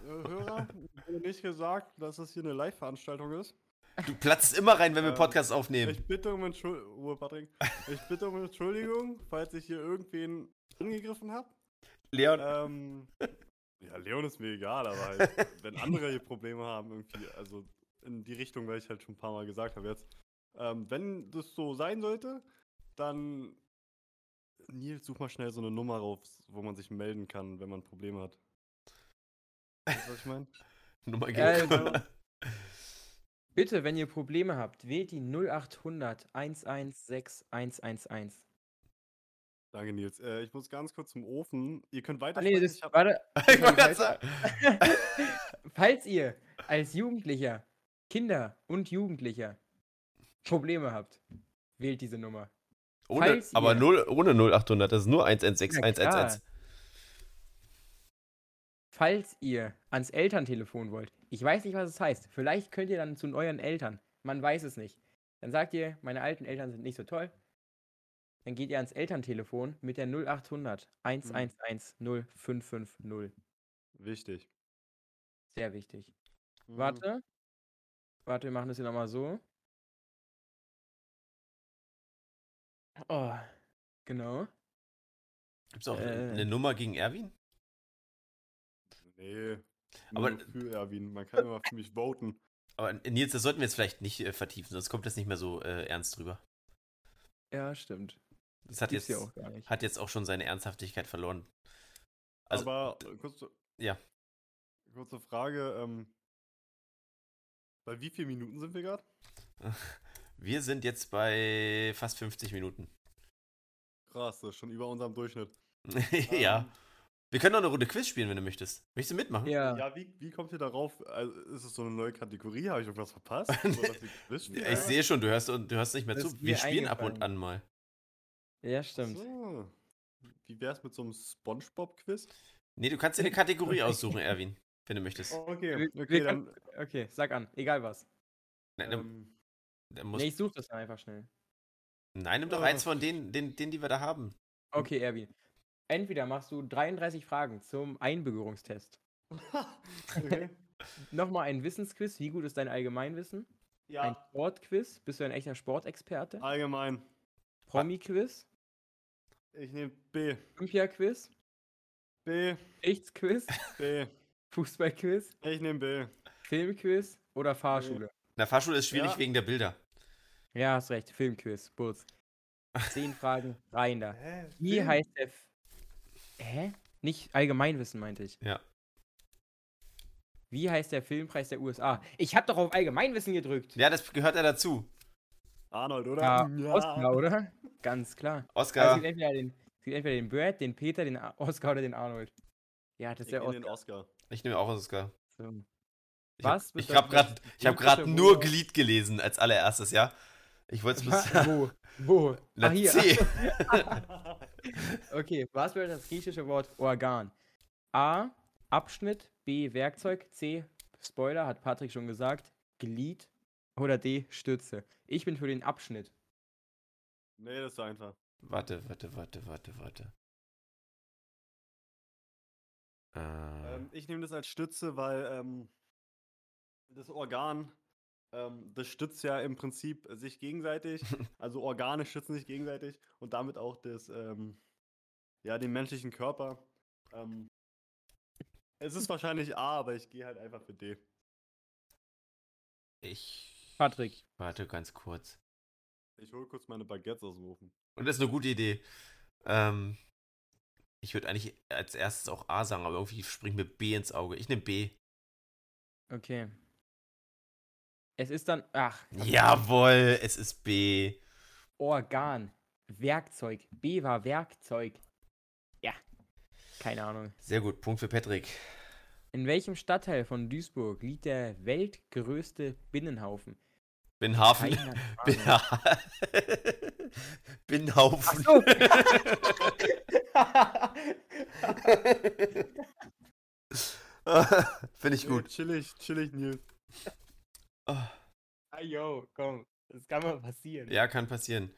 E: Hörer. Ich wurde nicht gesagt, dass es hier eine Live-Veranstaltung ist.
A: Du platzt immer rein, wenn wir
E: Ähm,
A: Podcasts aufnehmen.
E: Ich bitte um Entschuldigung, Ruhe, Patrick. Ich bitte um Entschuldigung, falls ich hier irgendwen angegriffen habe.
A: Leon.
E: Ähm, ja, Leon ist mir egal, aber halt, wenn andere hier Probleme haben, irgendwie, also in die Richtung, weil ich halt schon ein paar Mal gesagt habe jetzt. Ähm, wenn das so sein sollte, dann Nils, such mal schnell so eine Nummer raus, wo man sich melden kann, wenn man Probleme hat. Weißt du, was ich meine?
A: Nummer
B: Äh,
A: gegen-
B: Bitte, wenn ihr Probleme habt, wählt die 0800 116 111.
E: Danke, Nils. Äh, ich muss ganz kurz zum Ofen. Ihr könnt
B: Ah,
E: weiter.
B: nee, das,
E: ich hab,
B: warte,
A: Ich wollte gerade sagen.
B: falls ihr als Jugendlicher, Kinder und Jugendlicher Probleme habt, wählt diese Nummer.
A: Ohne,
B: Falls
A: aber
B: ihr-
A: null, ohne 0800, das ist nur 116
B: Na
A: 111.
B: Falls ihr ans Elterntelefon wollt, ich weiß nicht, was es heißt. Vielleicht könnt ihr dann zu euren Eltern. Man weiß es nicht. Dann sagt ihr, meine alten Eltern sind nicht so toll. Dann geht ihr ans Elterntelefon mit der 0800 111 0550.
E: wichtig.
B: Sehr wichtig.
D: Mhm.
B: Warte. Warte, wir machen das hier nochmal so. Oh, genau.
A: Gibt es auch
B: Äh.
A: eine Nummer gegen Erwin?
E: Nee.
A: Aber-
E: nur für Erwin, man kann immer für mich voten.
A: Aber Nils, das sollten wir jetzt vielleicht nicht äh, vertiefen, sonst kommt das nicht mehr so äh, ernst drüber.
B: Ja, stimmt.
A: Das hat
B: Gibt's
A: jetzt,
B: ja auch gar nicht.
A: hat jetzt auch schon seine Ernsthaftigkeit verloren. Also,
E: Aber äh, kurze,
A: ja.
E: kurze Frage, ähm, bei wie vielen Minuten sind wir gerade?
A: wir sind jetzt bei fast 50 Minuten.
E: Krass, das ist schon über unserem Durchschnitt.
A: ja. Wir können noch eine Runde Quiz spielen, wenn du möchtest. Möchtest du mitmachen?
E: Ähm,
B: Ähm. Ja.
E: ja, wie, wie kommt ihr darauf? Also, ist es so eine neue Kategorie? Habe ich irgendwas verpasst? So, dass wir Quiz spielen?
A: Ich sehe schon, du hörst, du hörst nicht mehr
B: Das
A: zu.
B: ist
A: Wir
B: mir
A: spielen ab und
B: eingefallen.
A: an mal.
B: ja, stimmt.
E: So. Wie wär's mit so einem Spongebob-Quiz?
A: Nee, du kannst dir eine Kategorie aussuchen, Erwin, wenn du möchtest.
B: Oh,
E: Okay,
B: Wir- wir
E: okay,
B: können-
E: dann.
B: Okay, sag an. Egal was.
A: Nein, dann,
E: Ähm,
A: dann muss,
B: nee, ich suche das dann einfach schnell.
A: nein nimm doch
E: Oh.
A: eins von denen, den, den, die wir da haben.
B: Okay, Erwin. Entweder machst du 33 Fragen zum Einbürgerungstest.
E: okay.
B: Nochmal ein Wissensquiz. Wie gut ist dein Allgemeinwissen? Ein
E: Ja, Ah.
B: Sportquiz. Bist du ein echter Sportexperte?
E: allgemein.
B: Promi-Quiz.
E: Ich nehme B.
B: Olympia-Quiz.
E: B.
B: Rechtsquiz.
E: B.
B: Fußballquiz.
E: Ich nehme B.
B: Filmquiz oder Fahrschule?
A: Na, Fahrschule ist schwierig
E: Ja.
A: wegen der Bilder.
B: Ja, hast recht. Filmquiz, Burs. Zehn Fragen rein da.
E: Hä?
B: Wie
E: B?
B: heißt der. F Hä? Nicht Allgemeinwissen, meinte ich.
A: Ja.
B: Wie heißt der Filmpreis der USA? Ich hab doch auf Allgemeinwissen gedrückt.
A: Ja, das gehört ja dazu.
E: Arnold, oder?
B: Ja, Oscar, oder? Ganz klar. Also, es,
A: Oscar,
B: gibt entweder den, es gibt entweder den Brad, den Peter, den A- Oscar oder den Arnold. Ja, das ist
E: Ich
B: der
E: nehme den
B: Oscar.
E: Oscar.
A: ich nehme auch Oscar.
B: So.
A: Ich hab-
B: Was
A: Ich
B: bedeutet
A: habe gerade hab
B: politische
A: grad nur
B: Ruhe?
A: Glied gelesen als allererstes, ja? Ich wollte es bloß
B: Wa-
A: sagen.
B: Wo? Wo? Ah,
A: Na, C.
B: Okay, was wäre das griechische Wort Organ? A. Abschnitt. B. Werkzeug. C. Spoiler, hat Patrick schon gesagt. Glied. Oder D. Stütze. Ich bin für den Abschnitt.
E: Nee, das ist einfach.
A: Warte, warte, warte, warte, warte. Äh,
E: Ähm, ich nehme das als Stütze, weil ähm, das Organ, ähm, das stützt ja im Prinzip sich gegenseitig. Also Organe stützen sich gegenseitig und damit auch das, ähm, ja, den menschlichen Körper. Ähm, es ist wahrscheinlich A, aber ich gehe halt einfach für D.
A: ich.
B: Patrick.
A: Warte ganz kurz.
E: Ich hole kurz meine Baguettes aus dem Ofen.
A: Und das ist eine gute Idee. Ähm, ich würde eigentlich als erstes auch A sagen, aber irgendwie springt mir B ins Auge. Ich nehme B.
B: Okay. Es ist dann. Ach.
A: Jawohl, es ist B.
B: Organ. Werkzeug. B war Werkzeug. Ja. Keine Ahnung.
A: Sehr gut, Punkt für Patrick.
B: In welchem Stadtteil von Duisburg liegt der weltgrößte Binnenhaufen?
A: Bin Hafen.
B: Keine
A: Bin,
B: Ahnung.
A: Bin Haufen.
B: so.
A: Finde ich
E: Nee,
A: gut.
E: Chillig, chillig, Nils.
B: Ah, yo, komm. Das kann mal passieren.
A: Ja, kann passieren.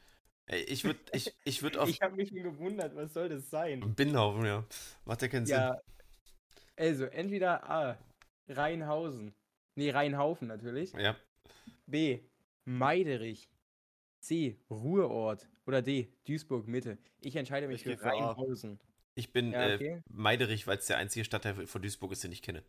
A: Ey, Ich würde ich, ich würd auf
B: Ich habe mich schon gewundert, was soll das sein?
A: Binnenhaufen, ja. Macht ja keinen Sinn.
B: Ja. Also, entweder A. Rheinhausen. Nee, Rheinhaufen natürlich.
A: Ja.
B: B. Meiderich. C. Ruhrort. Oder D. Duisburg Mitte. Ich entscheide mich
E: Ich
B: für
E: geh für A.
B: Rheinhausen.
A: Ich bin
B: Ja, okay.
A: äh, Meiderich, weil es der einzige Stadtteil von Duisburg ist, den ich kenne.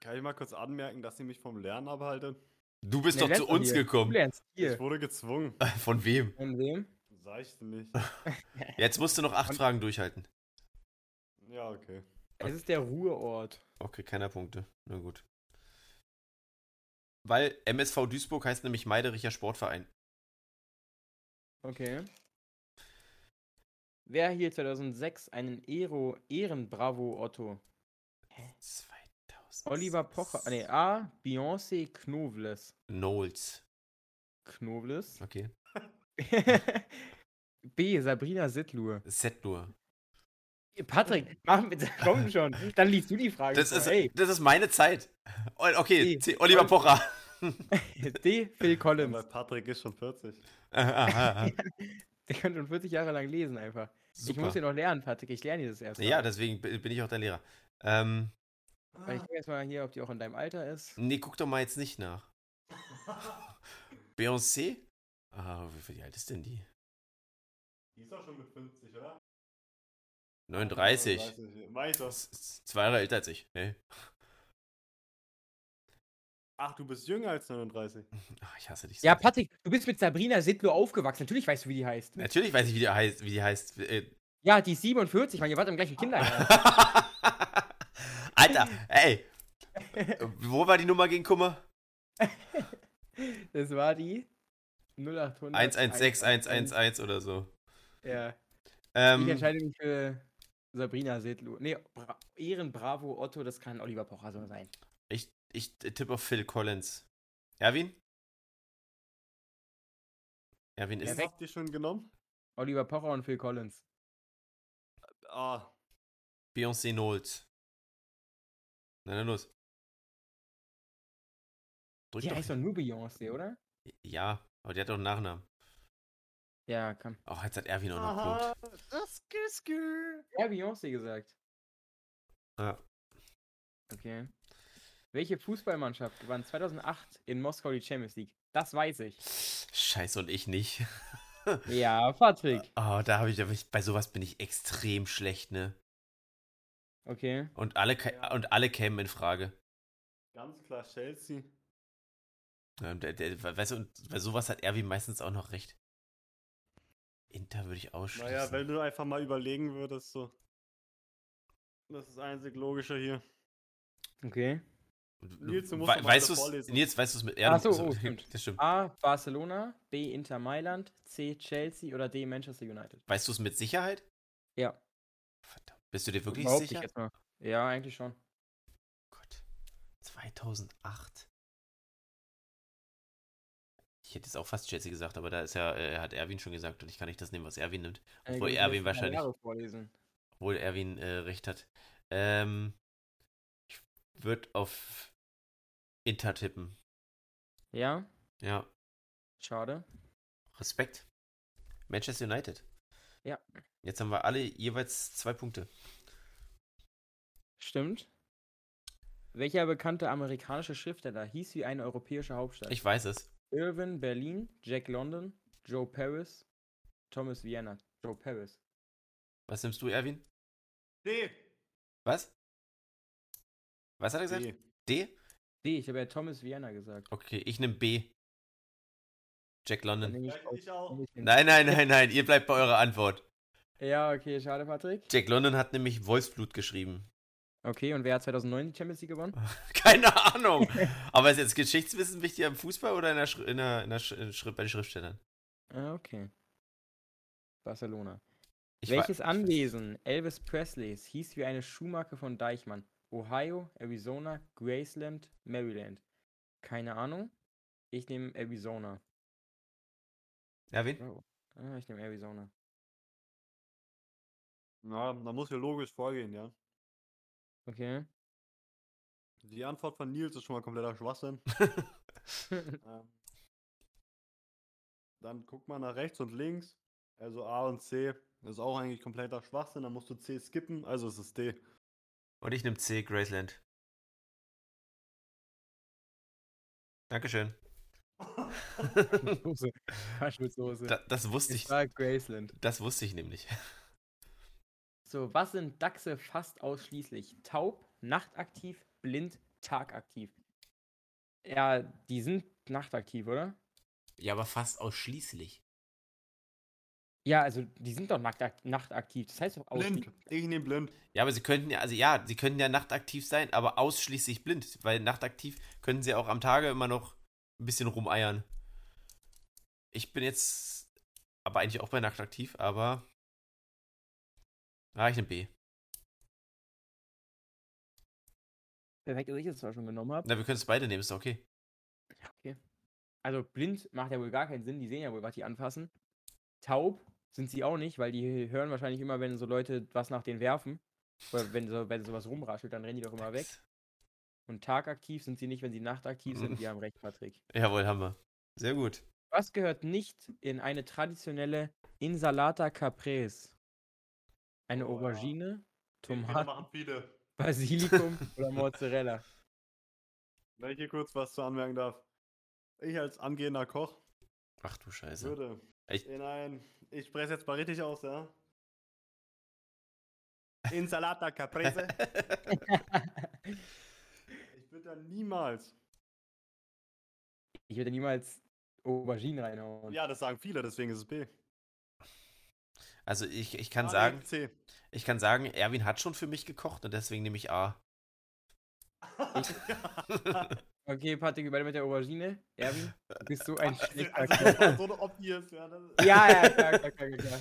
E: Kann ich mal kurz anmerken, dass ihr mich vom Lernen abhaltet?
A: Du bist
B: Nee,
A: doch zu
B: lernst von
A: uns
B: hier. Du
A: gekommen.
B: lernst
E: Ich
B: hier.
E: wurde gezwungen.
A: Von wem?
B: Von wem?
E: Sag ich nicht.
A: Jetzt musst du noch acht
B: Und-
A: Fragen durchhalten.
E: Ja, okay.
B: Es ist der Ruhrort.
A: Okay, keiner Punkte. Na gut. Weil MSV Duisburg heißt nämlich Meidericher Sportverein.
B: Okay. Wer erhielt 2006 einen Ero Ehrenbravo Otto?
A: 2000.
B: Oliver Pocher. ah, Nee, A. Beyoncé Knobles.
A: Knowles.
B: Knobles.
A: Okay.
B: B. Sabrina Sittlur.
A: Settlur.
B: Patrick, mach mit, komm schon. Dann liest du die Frage.
A: Das
B: vor,
A: ist,
B: ey.
A: das ist meine Zeit. O- Okay,
B: Nee,
A: C, Oliver
B: Ol-
A: Pocher.
B: D. Phil
E: Weil
B: Collins.
E: Patrick ist schon 40.
A: Aha, aha.
B: Der kann schon 40 Jahre lang lesen einfach. Ich muss
A: Super.
B: hier noch lernen, Patrick. Ich lerne dir das erst.
A: Ja,
B: mal.
A: deswegen bi- bin ich auch dein Lehrer. Ähm,
B: Aber Ich gucke jetzt mal hier, ob die auch in deinem Alter ist.
A: nee, guck doch mal jetzt nicht nach. Beyoncé? Ah, wie viel wie alt ist denn die?
E: Die ist doch schon mit 50, oder?
A: 39.
E: 39. Mach ich das.
A: S- s- Zwei Jahre älter als ich. Ne?
E: Ach, du bist jünger als 39.
A: Ach, Ah, ich hasse dich so.
B: Ja, Patrick, du bist mit Sabrina Sittlow aufgewachsen. Natürlich weißt du, wie die heißt.
A: Natürlich weiß ich, wie die heißt. Wie die heißt. Äh,
B: Ja, die ist 47, weil ihr wart im gleichen Kindergarten.
A: Alter, ey. Wo war die Nummer gegen Kummer?
B: Das war die 0800.
A: 116111 oder so.
B: Ja. Ich
A: Ähm,
B: entscheide mich für Sabrina Sedlu. Nee, Bra Ehren Bravo Otto, das kann Oliver Pocher so sein.
A: ich, ich tippe auf Phil Collins. Erwin? Erwin ist.
E: Ist habt ihr schon genommen?
B: Oliver Pocher und Phil Collins.
E: Ah,
A: Beyoncé Knowles. Na dann los. Drück
B: Die
A: doch.
B: heißt doch nur Beyoncé, oder?
A: Ja, aber die hat doch einen Nachnamen.
B: Ja, komm.
A: Ach, jetzt hat Erwin auch noch einen Punkt.
B: Ja, Beyoncé gesagt.
A: Ja.
B: Okay. Welche Fußballmannschaft gewann 2008 in Moskau die Champions League? Das weiß ich.
A: Scheiße und ich nicht.
B: Ja, Patrick.
A: Oh, da habe ich, da bin ich, bei sowas bin ich extrem schlecht, ne?
B: Okay.
A: Und alle, ka-
E: Ja.
A: und alle kämen in Frage.
E: ganz klar Chelsea.
A: Ähm, der, der, weißt du, und bei sowas hat Erwin meistens auch noch recht. Inter würde ich ausschließen.
E: Naja, wenn du einfach mal überlegen würdest, so. Das ist das einzig Logische hier.
B: Okay.
A: Und
E: Nils, du musst
A: wei-
E: noch mal
A: weißt
E: alle
A: du's-
E: vorlesen.
A: Nils, weißt du es mit
B: Ach
A: Erden?
B: so,
A: also,
B: oh, stimmt.
A: Das stimmt.
B: A. Barcelona, B. Inter Mailand, C. Chelsea oder D. Manchester United.
A: Weißt du es mit Sicherheit?
B: Ja.
A: Verdammt. Bist du dir wirklich
B: Behaupte ich
A: sicher? Oh
B: jetzt mal. Ja, eigentlich schon.
A: Gott. 2008. Ich hätte jetzt auch fast Chelsea gesagt, aber da ist ja, äh, hat Erwin schon gesagt und ich kann nicht das nehmen, was Erwin nimmt.
B: Äh,
A: Obwohl
B: gut,
A: Erwin
B: ich muss mal
A: wahrscheinlich-
B: Jahre vorlesen.
A: Obwohl Erwin äh, recht hat. Ähm, ich würde auf Inter tippen.
B: Ja,
A: Ja,
B: schade.
A: Respekt. Manchester United.
B: Ja.
A: Jetzt haben wir alle jeweils zwei Punkte.
B: Stimmt. Welcher bekannte amerikanische Schriftsteller hieß wie eine europäische Hauptstadt?
A: Ich weiß es.
B: Irvin Berlin, Jack London, Joe Paris, Thomas Vienna. Joe Paris.
A: Was nimmst du, Erwin?
E: D.
A: Was? Was hat er gesagt?
E: D.
A: D?
B: D, ich habe ja Thomas Vienna gesagt.
A: Okay, ich nehme B. Jack
B: Dann
A: London.
B: nehme
E: Ja,
B: ich auch-
E: Ich auch.
B: nehme ich den-
A: Nein, nein, nein, nein, ihr bleibt bei eurer Antwort.
B: Ja, okay, schade, Patrick.
A: Jack London hat nämlich Wolfsblut geschrieben.
B: Okay, und wer hat 2009 die Champions League gewonnen?
A: Keine Ahnung. Aber ist jetzt Geschichtswissen wichtiger im Fußball oder in der, Schri- in der, in der, Sch- in Schri- bei den Schriftstellern?
B: Ah, okay. Barcelona.
A: Ich wa-
B: Welches
A: ich weiß-
B: Anwesen Elvis Presleys hieß wie eine Schuhmarke von Deichmann? Ohio, Arizona, Graceland, Maryland. Keine Ahnung. Ich nehme Arizona.
A: Erwin?
B: Oh. Ah, ich nehme Arizona.
E: Na, da muss ja logisch vorgehen, ja.
B: Okay.
E: Die Antwort von Nils ist schon mal kompletter Schwachsinn. Ähm, dann guck mal nach rechts und links. Also A und C ist auch eigentlich kompletter Schwachsinn. Dann musst du C skippen. Also es ist D.
A: Und ich nehme C, Graceland. Dankeschön.
B: Soße. Kaschmitsoße.
A: Da, das wusste ich.
B: Ich war Graceland.
A: Das wusste ich nämlich.
B: So, was sind Dachse fast ausschließlich? Taub, nachtaktiv, blind, tagaktiv. Ja, die sind nachtaktiv, oder?
A: Ja, aber fast ausschließlich.
B: Ja, also die sind doch nachtak- nachtaktiv. Das heißt doch
E: Blind.
B: ausschließlich.
E: Ich nehme blind.
A: Ja, aber sie könnten ja, also ja, sie können ja nachtaktiv sein, aber ausschließlich blind, weil nachtaktiv können sie auch am Tage immer noch ein bisschen rumeiern. Ich bin jetzt aber eigentlich auch bei nachtaktiv, aber. Ah, ich nehme B.
B: Perfekt, dass ich das zwar schon genommen habe.
A: Na, wir können es beide nehmen, ist doch okay.
B: Also blind macht ja wohl gar keinen Sinn. Die sehen ja wohl, was die anfassen. Taub sind sie auch nicht, weil die hören wahrscheinlich immer, wenn so Leute was nach denen werfen. Oder wenn, so, wenn sowas rumraschelt, dann rennen die doch immer weg. Und tagaktiv sind sie nicht, wenn sie nachtaktiv sind. Wir haben recht, Patrick.
A: Jawohl, haben wir. Sehr gut.
B: Was gehört nicht in eine traditionelle Insalata Caprese? Eine
E: Oh, ja.
B: Aubergine,
E: Den Fehler
B: Tomaten,
E: machen viele.
B: Basilikum oder Mozzarella?
E: Wenn ich hier kurz was zu anmerken darf. Ich als angehender Koch
A: Ach du Scheiße.
E: würde
A: Echt?
E: in ein. Ich spreche jetzt mal richtig aus, ja? Insalata Caprese. ich würde da niemals.
B: Ich würde niemals Aubergine reinhauen.
E: Ja, das sagen viele, deswegen ist es B.
A: Also ich, ich kann
E: Ah, nee,
A: sagen,
E: C.
A: ich kann sagen, Erwin hat schon für mich gekocht und deswegen nehme ich A.
B: Okay, Patrick, überall mit der Aubergine. Erwin, du bist so ein
E: Also,
B: schlechter
E: das
B: Kerl.
E: war so eine obvious, ja. Das
B: Ja, ja, klar, klar, klar, klar.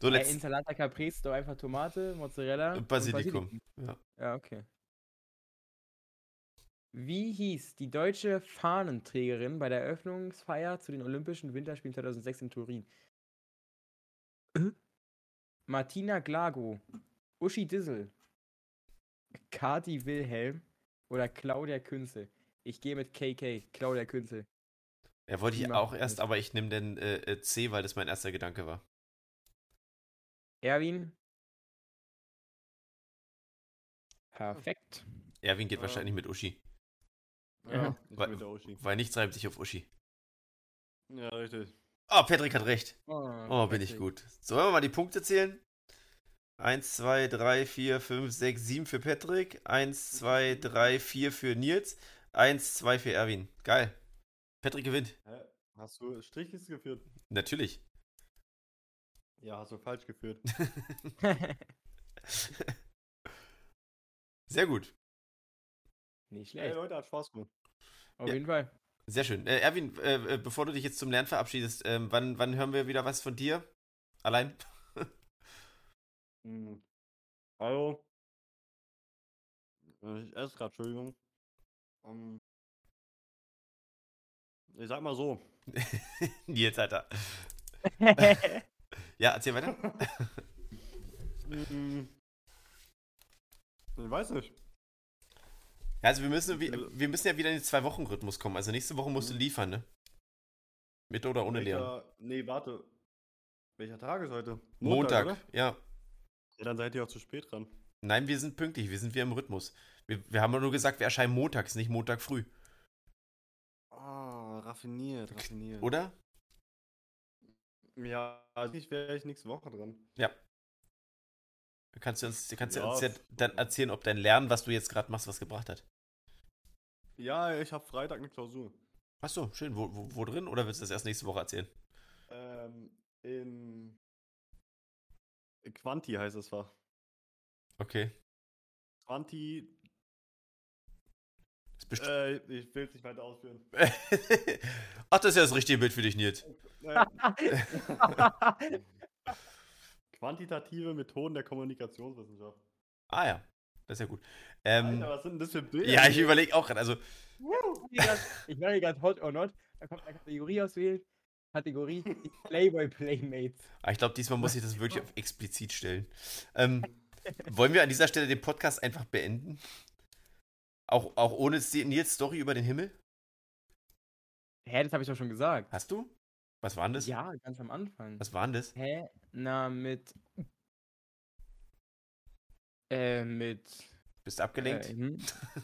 A: So,
B: Bei
A: letzt,
B: Insalata Caprese doch einfach Tomate, Mozzarella
A: Und Basilikum. Ja.
B: Ja, okay. Wie hieß die deutsche Fahnenträgerin bei der Eröffnungsfeier zu den Olympischen Winterspielen 2006 in Turin?
A: Äh?
B: Martina Glago, Uschi Dissel, Kati Wilhelm oder Claudia Künzel? Ich gehe mit KK, Claudia Künzel.
A: Ja, wollte ich
B: Die
A: auch
B: machen
A: erst,
B: das.
A: aber ich nehme den äh, äh, C, weil das mein erster Gedanke war.
B: Erwin? Perfekt.
A: Erwin geht
E: Ah.
A: wahrscheinlich mit Uschi,
E: ja, ich
A: Wa-
E: bin mit der Uschi.
A: weil nichts reimt sich auf Uschi.
E: Ja, richtig.
A: Oh, Patrick hat recht.
B: Oh,
A: Oh, bin ich
B: Patrick.
A: gut. Sollen wir mal die Punkte zählen? 1, 2, 3, 4, 5, 6, 7 für Patrick. 1, 2, 3, 4 für Nils. 1, 2 für Erwin. Geil. Patrick gewinnt.
E: Hä? Hast du Strichliste geführt?
A: Natürlich.
E: Ja, hast du falsch geführt.
A: Sehr gut.
B: Nicht
E: Ey,
B: schlecht.
E: Leute, hat Spaß gemacht.
B: Auf
A: Ja.
B: jeden Fall.
A: Sehr schön. Äh, Erwin, äh, äh, bevor du dich jetzt zum Lernen verabschiedest, ähm, wann, wann hören wir wieder was von dir? Allein?
E: Mhm. Hallo. also Äh, Ich esse gerade, Entschuldigung. Ähm, ich sag mal so.
A: Jetzt hat er. Ja, erzähl weiter.
E: Mhm. Ich weiß nicht.
A: Ja, Also wir müssen, wir, wir müssen ja wieder in den Zwei-Wochen-Rhythmus kommen. Also nächste Woche musst du
E: Mhm.
A: liefern, ne? Mit oder ohne Leon.
E: Welcher, nee, warte. Welcher Tag ist heute?
A: Montag,
E: oder?
A: ja.
E: Ja, dann seid ihr auch zu spät dran.
A: Nein, wir sind pünktlich, wir sind wieder im Rhythmus. Wir, wir haben ja nur gesagt, wir erscheinen montags, nicht Montag früh,
E: Ah, raffiniert, raffiniert.
A: oder?
E: Ja, eigentlich wäre ich nächste Woche dran.
A: Kannst du uns, kannst du
E: Ja,
A: uns ja
E: f-
A: dann erzählen, ob dein Lernen, was du jetzt gerade machst, was gebracht hat?
E: Ja, ich habe Freitag eine Klausur.
A: Achso, schön. Wo, wo, wo drin? Oder willst du das erst nächste Woche erzählen?
E: Ähm, in Quanti heißt das Fach.
A: Okay.
E: Quanti,
A: Ist best-
E: äh, ich will es nicht weiter ausführen.
A: Ach, das ist ja das richtige Bild für dich, Nils.
E: Äh, quantitative Methoden der Kommunikationswissenschaft.
A: Ah ja, das ist ja gut. Ähm,
E: Alter, was sind denn das für Bilder?
A: ja, ich überlege auch gerade. Also,
B: ich war hier ganz hot or not. Da kommt eine Kategorie auswählen. Kategorie die Playboy Playmates.
A: ah, ich glaube, diesmal muss ich das wirklich auf explizit stellen. Ähm, wollen wir an dieser Stelle den Podcast einfach beenden? Auch, auch ohne die- Nils Story über den Himmel?
B: Hä, das habe ich doch schon gesagt.
A: Hast du? Was war denn das?
B: Ja, ganz am Anfang.
A: Was war denn das?
B: Hä? Na, mit. Äh, mit.
A: Bist du abgelenkt?
B: Äh, hm?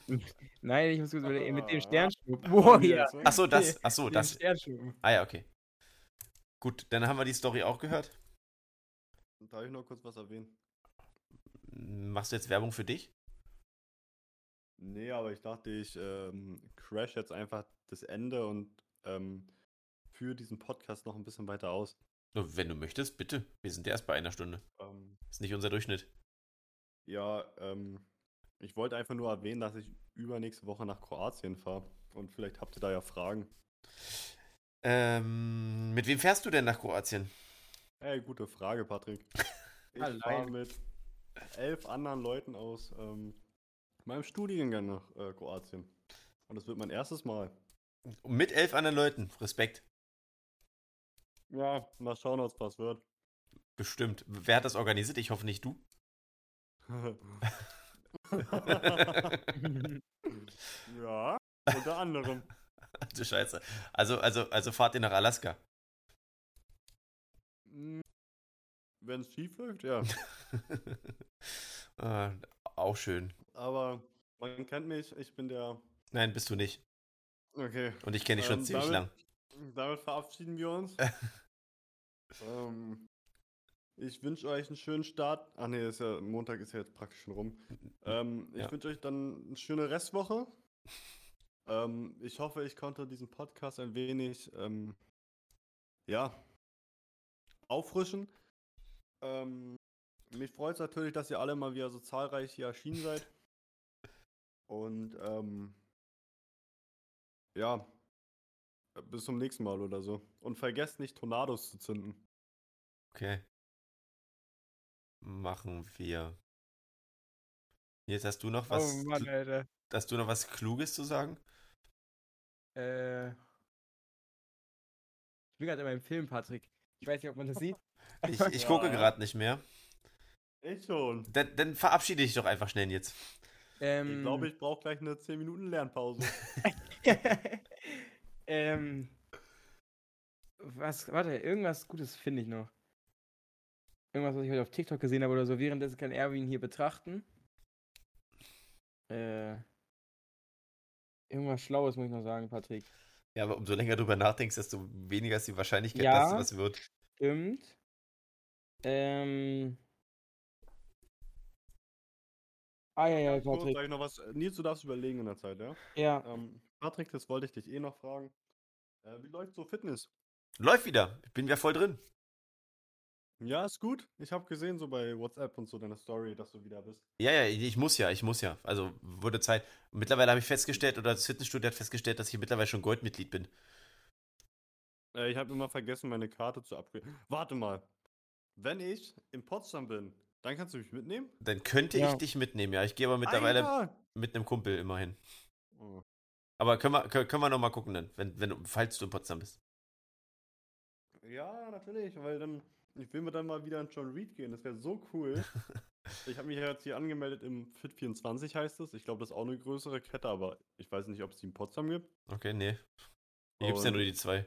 B: Nein, ich muss kurz überlegen. Mit dem Oh,
E: Ah.
B: Sternschnupp.
A: Oh,
E: Haben die
B: Warrior.
E: jetzt, ne?
A: Ach so, das. Ach so,
B: Mit dem
A: das.
B: Sternschnupp.
A: Ah ja, okay. Gut, dann haben wir die Story auch gehört.
E: Darf ich noch kurz was erwähnen?
A: Machst du jetzt Werbung für dich?
E: Nee, aber ich dachte, ich ähm, crash jetzt einfach das Ende und ähm, führe diesen Podcast noch ein bisschen weiter aus.
A: Nur Wenn du möchtest, bitte. Wir sind ja erst bei einer Stunde.
E: Ähm,
A: Ist nicht unser Durchschnitt.
E: ja, ähm, ich wollte einfach nur erwähnen, dass ich übernächste Woche nach Kroatien fahre. Und vielleicht habt ihr da ja Fragen.
A: Ähm, mit wem fährst du denn nach Kroatien?
E: Ey, gute Frage, Patrick. Ich fahre
B: Allein.
E: mit elf anderen Leuten aus ähm, meinem Studiengang nach äh, Kroatien. Und das wird mein erstes Mal.
A: Mit elf anderen Leuten. Respekt.
E: Ja, mal schauen, ob was wird.
A: Bestimmt. Wer hat das organisiert? Ich hoffe nicht du.
E: ja, unter anderem.
A: Du Scheiße. Also, also, also fahrt ihr nach Alaska.
E: Wenn es schief läuft, ja.
A: äh, auch schön.
E: Aber man kennt mich, ich bin der.
A: Nein, bist du nicht.
E: Okay.
A: Und ich kenne dich schon
E: Ähm,
A: ziemlich lang.
E: damit- Damit verabschieden wir uns. ähm, ich wünsche euch einen schönen Start. Ach nee, ist ja, Montag ist ja jetzt praktisch schon rum. Ähm, ich
A: Ja.
E: wünsche euch dann eine schöne Restwoche. Ähm, ich hoffe, ich konnte diesen Podcast ein wenig, ähm, ja, auffrischen. Ähm, mich freut es natürlich, dass ihr alle mal wieder so zahlreich hier erschienen seid. Und ähm, ja, bis zum nächsten Mal oder so. Und vergesst nicht, Tornados zu zünden.
A: Okay. Machen wir. Jetzt hast du noch was,
B: Oh Mann, Alter.
A: hast du noch was Kluges zu sagen?
B: Äh. Ich bin gerade in meinem Film, Patrick. Ich weiß nicht, ob man das sieht.
A: Ich, ich
E: Ja,
A: gucke
E: ja.
A: gerade nicht mehr.
E: Ich schon.
A: Dann, dann verabschiede ich doch einfach schnell jetzt.
B: Ähm,
E: Ich glaube, ich brauche gleich eine 10 Minuten Lernpause.
B: ähm, was, warte, irgendwas Gutes finde ich noch. Irgendwas, was ich heute auf TikTok gesehen habe oder so. Währenddessen kann Erwin hier betrachten. Äh, irgendwas Schlaues muss ich noch sagen, Patrick.
A: Ja, aber umso länger du darüber nachdenkst, desto weniger ist die Wahrscheinlichkeit,
B: Ja.
A: dass es was wird.
B: Stimmt. Ähm. Ah, ja, ja,
E: Kurz,
B: Patrick.
E: sag ich noch was. Äh, Nils, du darfst überlegen in der Zeit, ja?
B: Ja.
E: Ähm, Patrick, das wollte ich dich eh noch fragen. Äh, wie läuft so Fitness?
A: Läuft wieder. Ich bin ja voll drin.
E: Ja, ist gut. Ich habe gesehen, so bei WhatsApp und so deine Story, dass du wieder bist.
A: Ja, ja, ich muss ja, ich muss ja. Also wurde Zeit. Mittlerweile habe ich festgestellt, oder das Fitnessstudio hat festgestellt, dass ich mittlerweile schon Goldmitglied bin.
E: Äh, ich habe immer vergessen, meine Karte zu upgraden. Warte mal. Wenn ich in Potsdam bin, dann kannst du mich mitnehmen? Ah,
A: Dann könnte
B: Ja.
A: ich dich mitnehmen, ja. Ich gehe aber mittlerweile
E: Alter!
A: mit einem Kumpel immerhin.
E: Oh,
A: Aber können wir, können können wir nochmal gucken dann, wenn, wenn, du- falls du in Potsdam bist.
E: Ja, natürlich, weil dann. Ich will mir dann mal wieder an John Reed gehen. Das wäre so cool. ich habe mich ja jetzt hier angemeldet im Fit24 heißt es. Ich glaube, das ist auch eine größere Kette, aber ich weiß nicht, ob es die in Potsdam gibt.
A: Okay, nee. Hier gibt es ja
E: Und-
A: nur die zwei.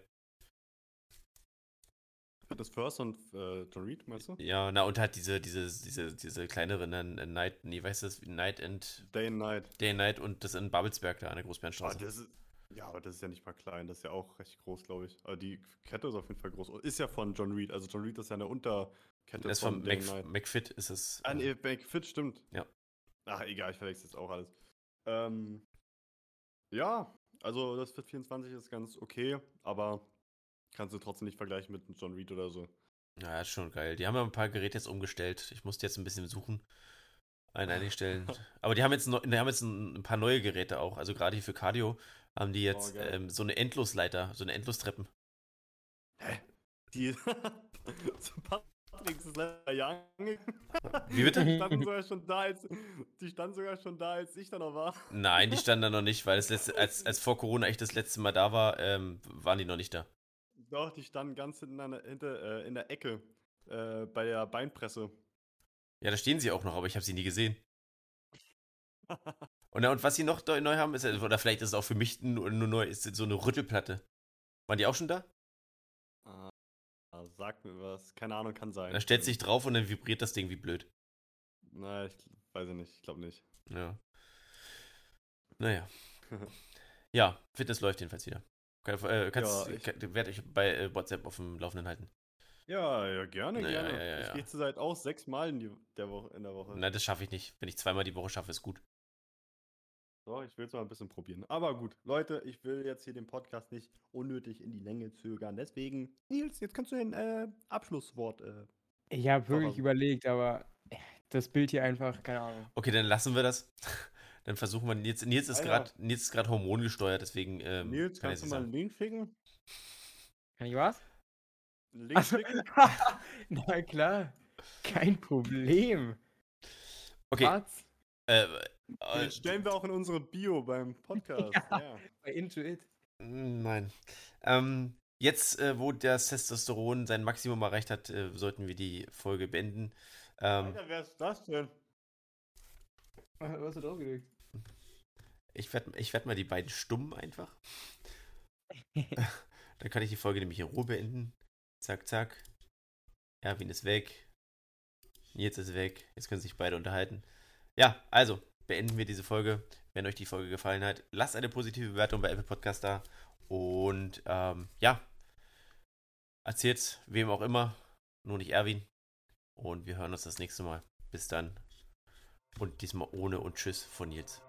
E: Das First und äh, John Reed, meinst du?
A: Ja, na und halt diese, diese, diese, diese kleinere, ne, Night, nee, weißt du das, Night and
E: Day and Night.
A: Day and Night und das in Babelsberg da an der
E: Ah,
A: Großbärenstraße.
E: das ist, ja, aber das ist ja nicht mal klein, das ist ja auch recht groß, glaube ich. Aber die Kette ist auf jeden Fall groß. Und Ist ja von John Reed, also John Reed ist ja eine Unterkette
A: Das,
E: von
A: von
E: Day
A: Mac,
E: and Night.
A: McFit ist es.
E: Ah,
A: äh,
E: nee, McFit stimmt.
A: Ja.
E: Ach, egal, ich verwechsel jetzt auch alles. Ähm, ja, also das Fit 24 ist ganz okay, aber kannst du trotzdem nicht vergleichen mit einem John Reed oder so.
A: Ja, ist schon geil. Die haben ja ein paar Geräte jetzt umgestellt. Ich musste jetzt ein bisschen suchen an einigen Stellen. Aber die haben jetzt, neu, die haben jetzt ein, ein paar neue Geräte auch. Also gerade hier für Cardio haben die jetzt
E: geil.
A: ähm, so eine Endlosleiter, so eine Endlostreppen.
E: Die zu Patrick ist leider ja angegangen.
A: Wie bitte?
E: Die standen sogar schon da, als, die standen sogar schon da, als ich da noch war.
A: Nein, die standen da noch nicht, weil das letzte, als, als vor Corona ich das letzte Mal da war, ähm, waren die noch nicht da.
E: Doch, die standen ganz hinten an der, hinter, äh, in der Ecke äh, bei der Beinpresse.
A: Ja, da stehen sie auch noch, aber ich habe sie nie gesehen. Und, und was sie noch neu neu haben, ist, also, oder vielleicht ist es auch für mich nur, nur neu, ist so eine Rüttelplatte. Waren die auch schon da?
E: Ah, sagt mir was. Keine Ahnung, kann sein.
A: Da stellt sich drauf und dann vibriert das Ding wie blöd.
E: Nein, ich gl- weiß ja nicht. Ich glaube nicht.
A: Ja. Naja. Ja, Fitness läuft jedenfalls wieder. Kann, äh, kannst,
E: Ja, ich-
A: werde ich bei äh, WhatsApp auf dem Laufenden halten.
E: Ja, ja, gerne,
A: Na ja,
E: gerne.
A: ja, ja, ja.
E: Ich gehe zurzeit auch sechs Mal in, die, der Woche, in der Woche.
A: Nein, das schaffe ich nicht. Wenn ich zweimal die Woche schaffe, ist gut.
E: So, ich will es mal ein bisschen probieren. Aber gut, Leute, ich will jetzt hier den Podcast nicht unnötig in die Länge zögern. Deswegen, Nils, jetzt kannst du ein äh, Abschlusswort. Äh.
B: Ich habe
E: Warum?
B: wirklich überlegt, aber äh, das Bild hier einfach, keine Ahnung.
A: Okay, dann lassen wir das. Dann versuchen wir. Nils, Nils ist
E: Alter.
A: gerade Nils ist gerade hormongesteuert, deswegen ähm,
E: Ah, Nils,
A: kann
E: kannst
A: ich
E: du
A: nicht
E: mal einen
A: sagen.
E: Link schicken?
B: Kann ich was?
E: Einen Link
B: Also-
E: schicken?
B: Na klar, kein Problem.
A: Okay,
B: Arzt
A: äh, äh,
E: Den stellen wir auch in unsere Bio beim Podcast.
B: Ja.
E: ja.
B: bei Intuit.
A: Nein. Ähm, jetzt, äh, wo das Testosteron sein Maximum erreicht hat, äh, sollten wir die Folge beenden. Ähm,
E: Alter, wer ist das denn?
B: Was hast du draufgelegt?
A: ich werde ich werd mal die beiden stumm einfach. Dann kann ich die Folge nämlich in Ruhe beenden. Zack, zack. Erwin ist weg. Nils ist weg. Jetzt können sich beide unterhalten. Ja, also, beenden wir diese Folge. Wenn euch die Folge gefallen hat, lasst eine positive Bewertung bei Apple Podcast da. Und ähm, ja, erzählt's wem auch immer, nur nicht Erwin. Und wir hören uns das nächste Mal. Bis dann. Und diesmal ohne und Tschüss von Nils.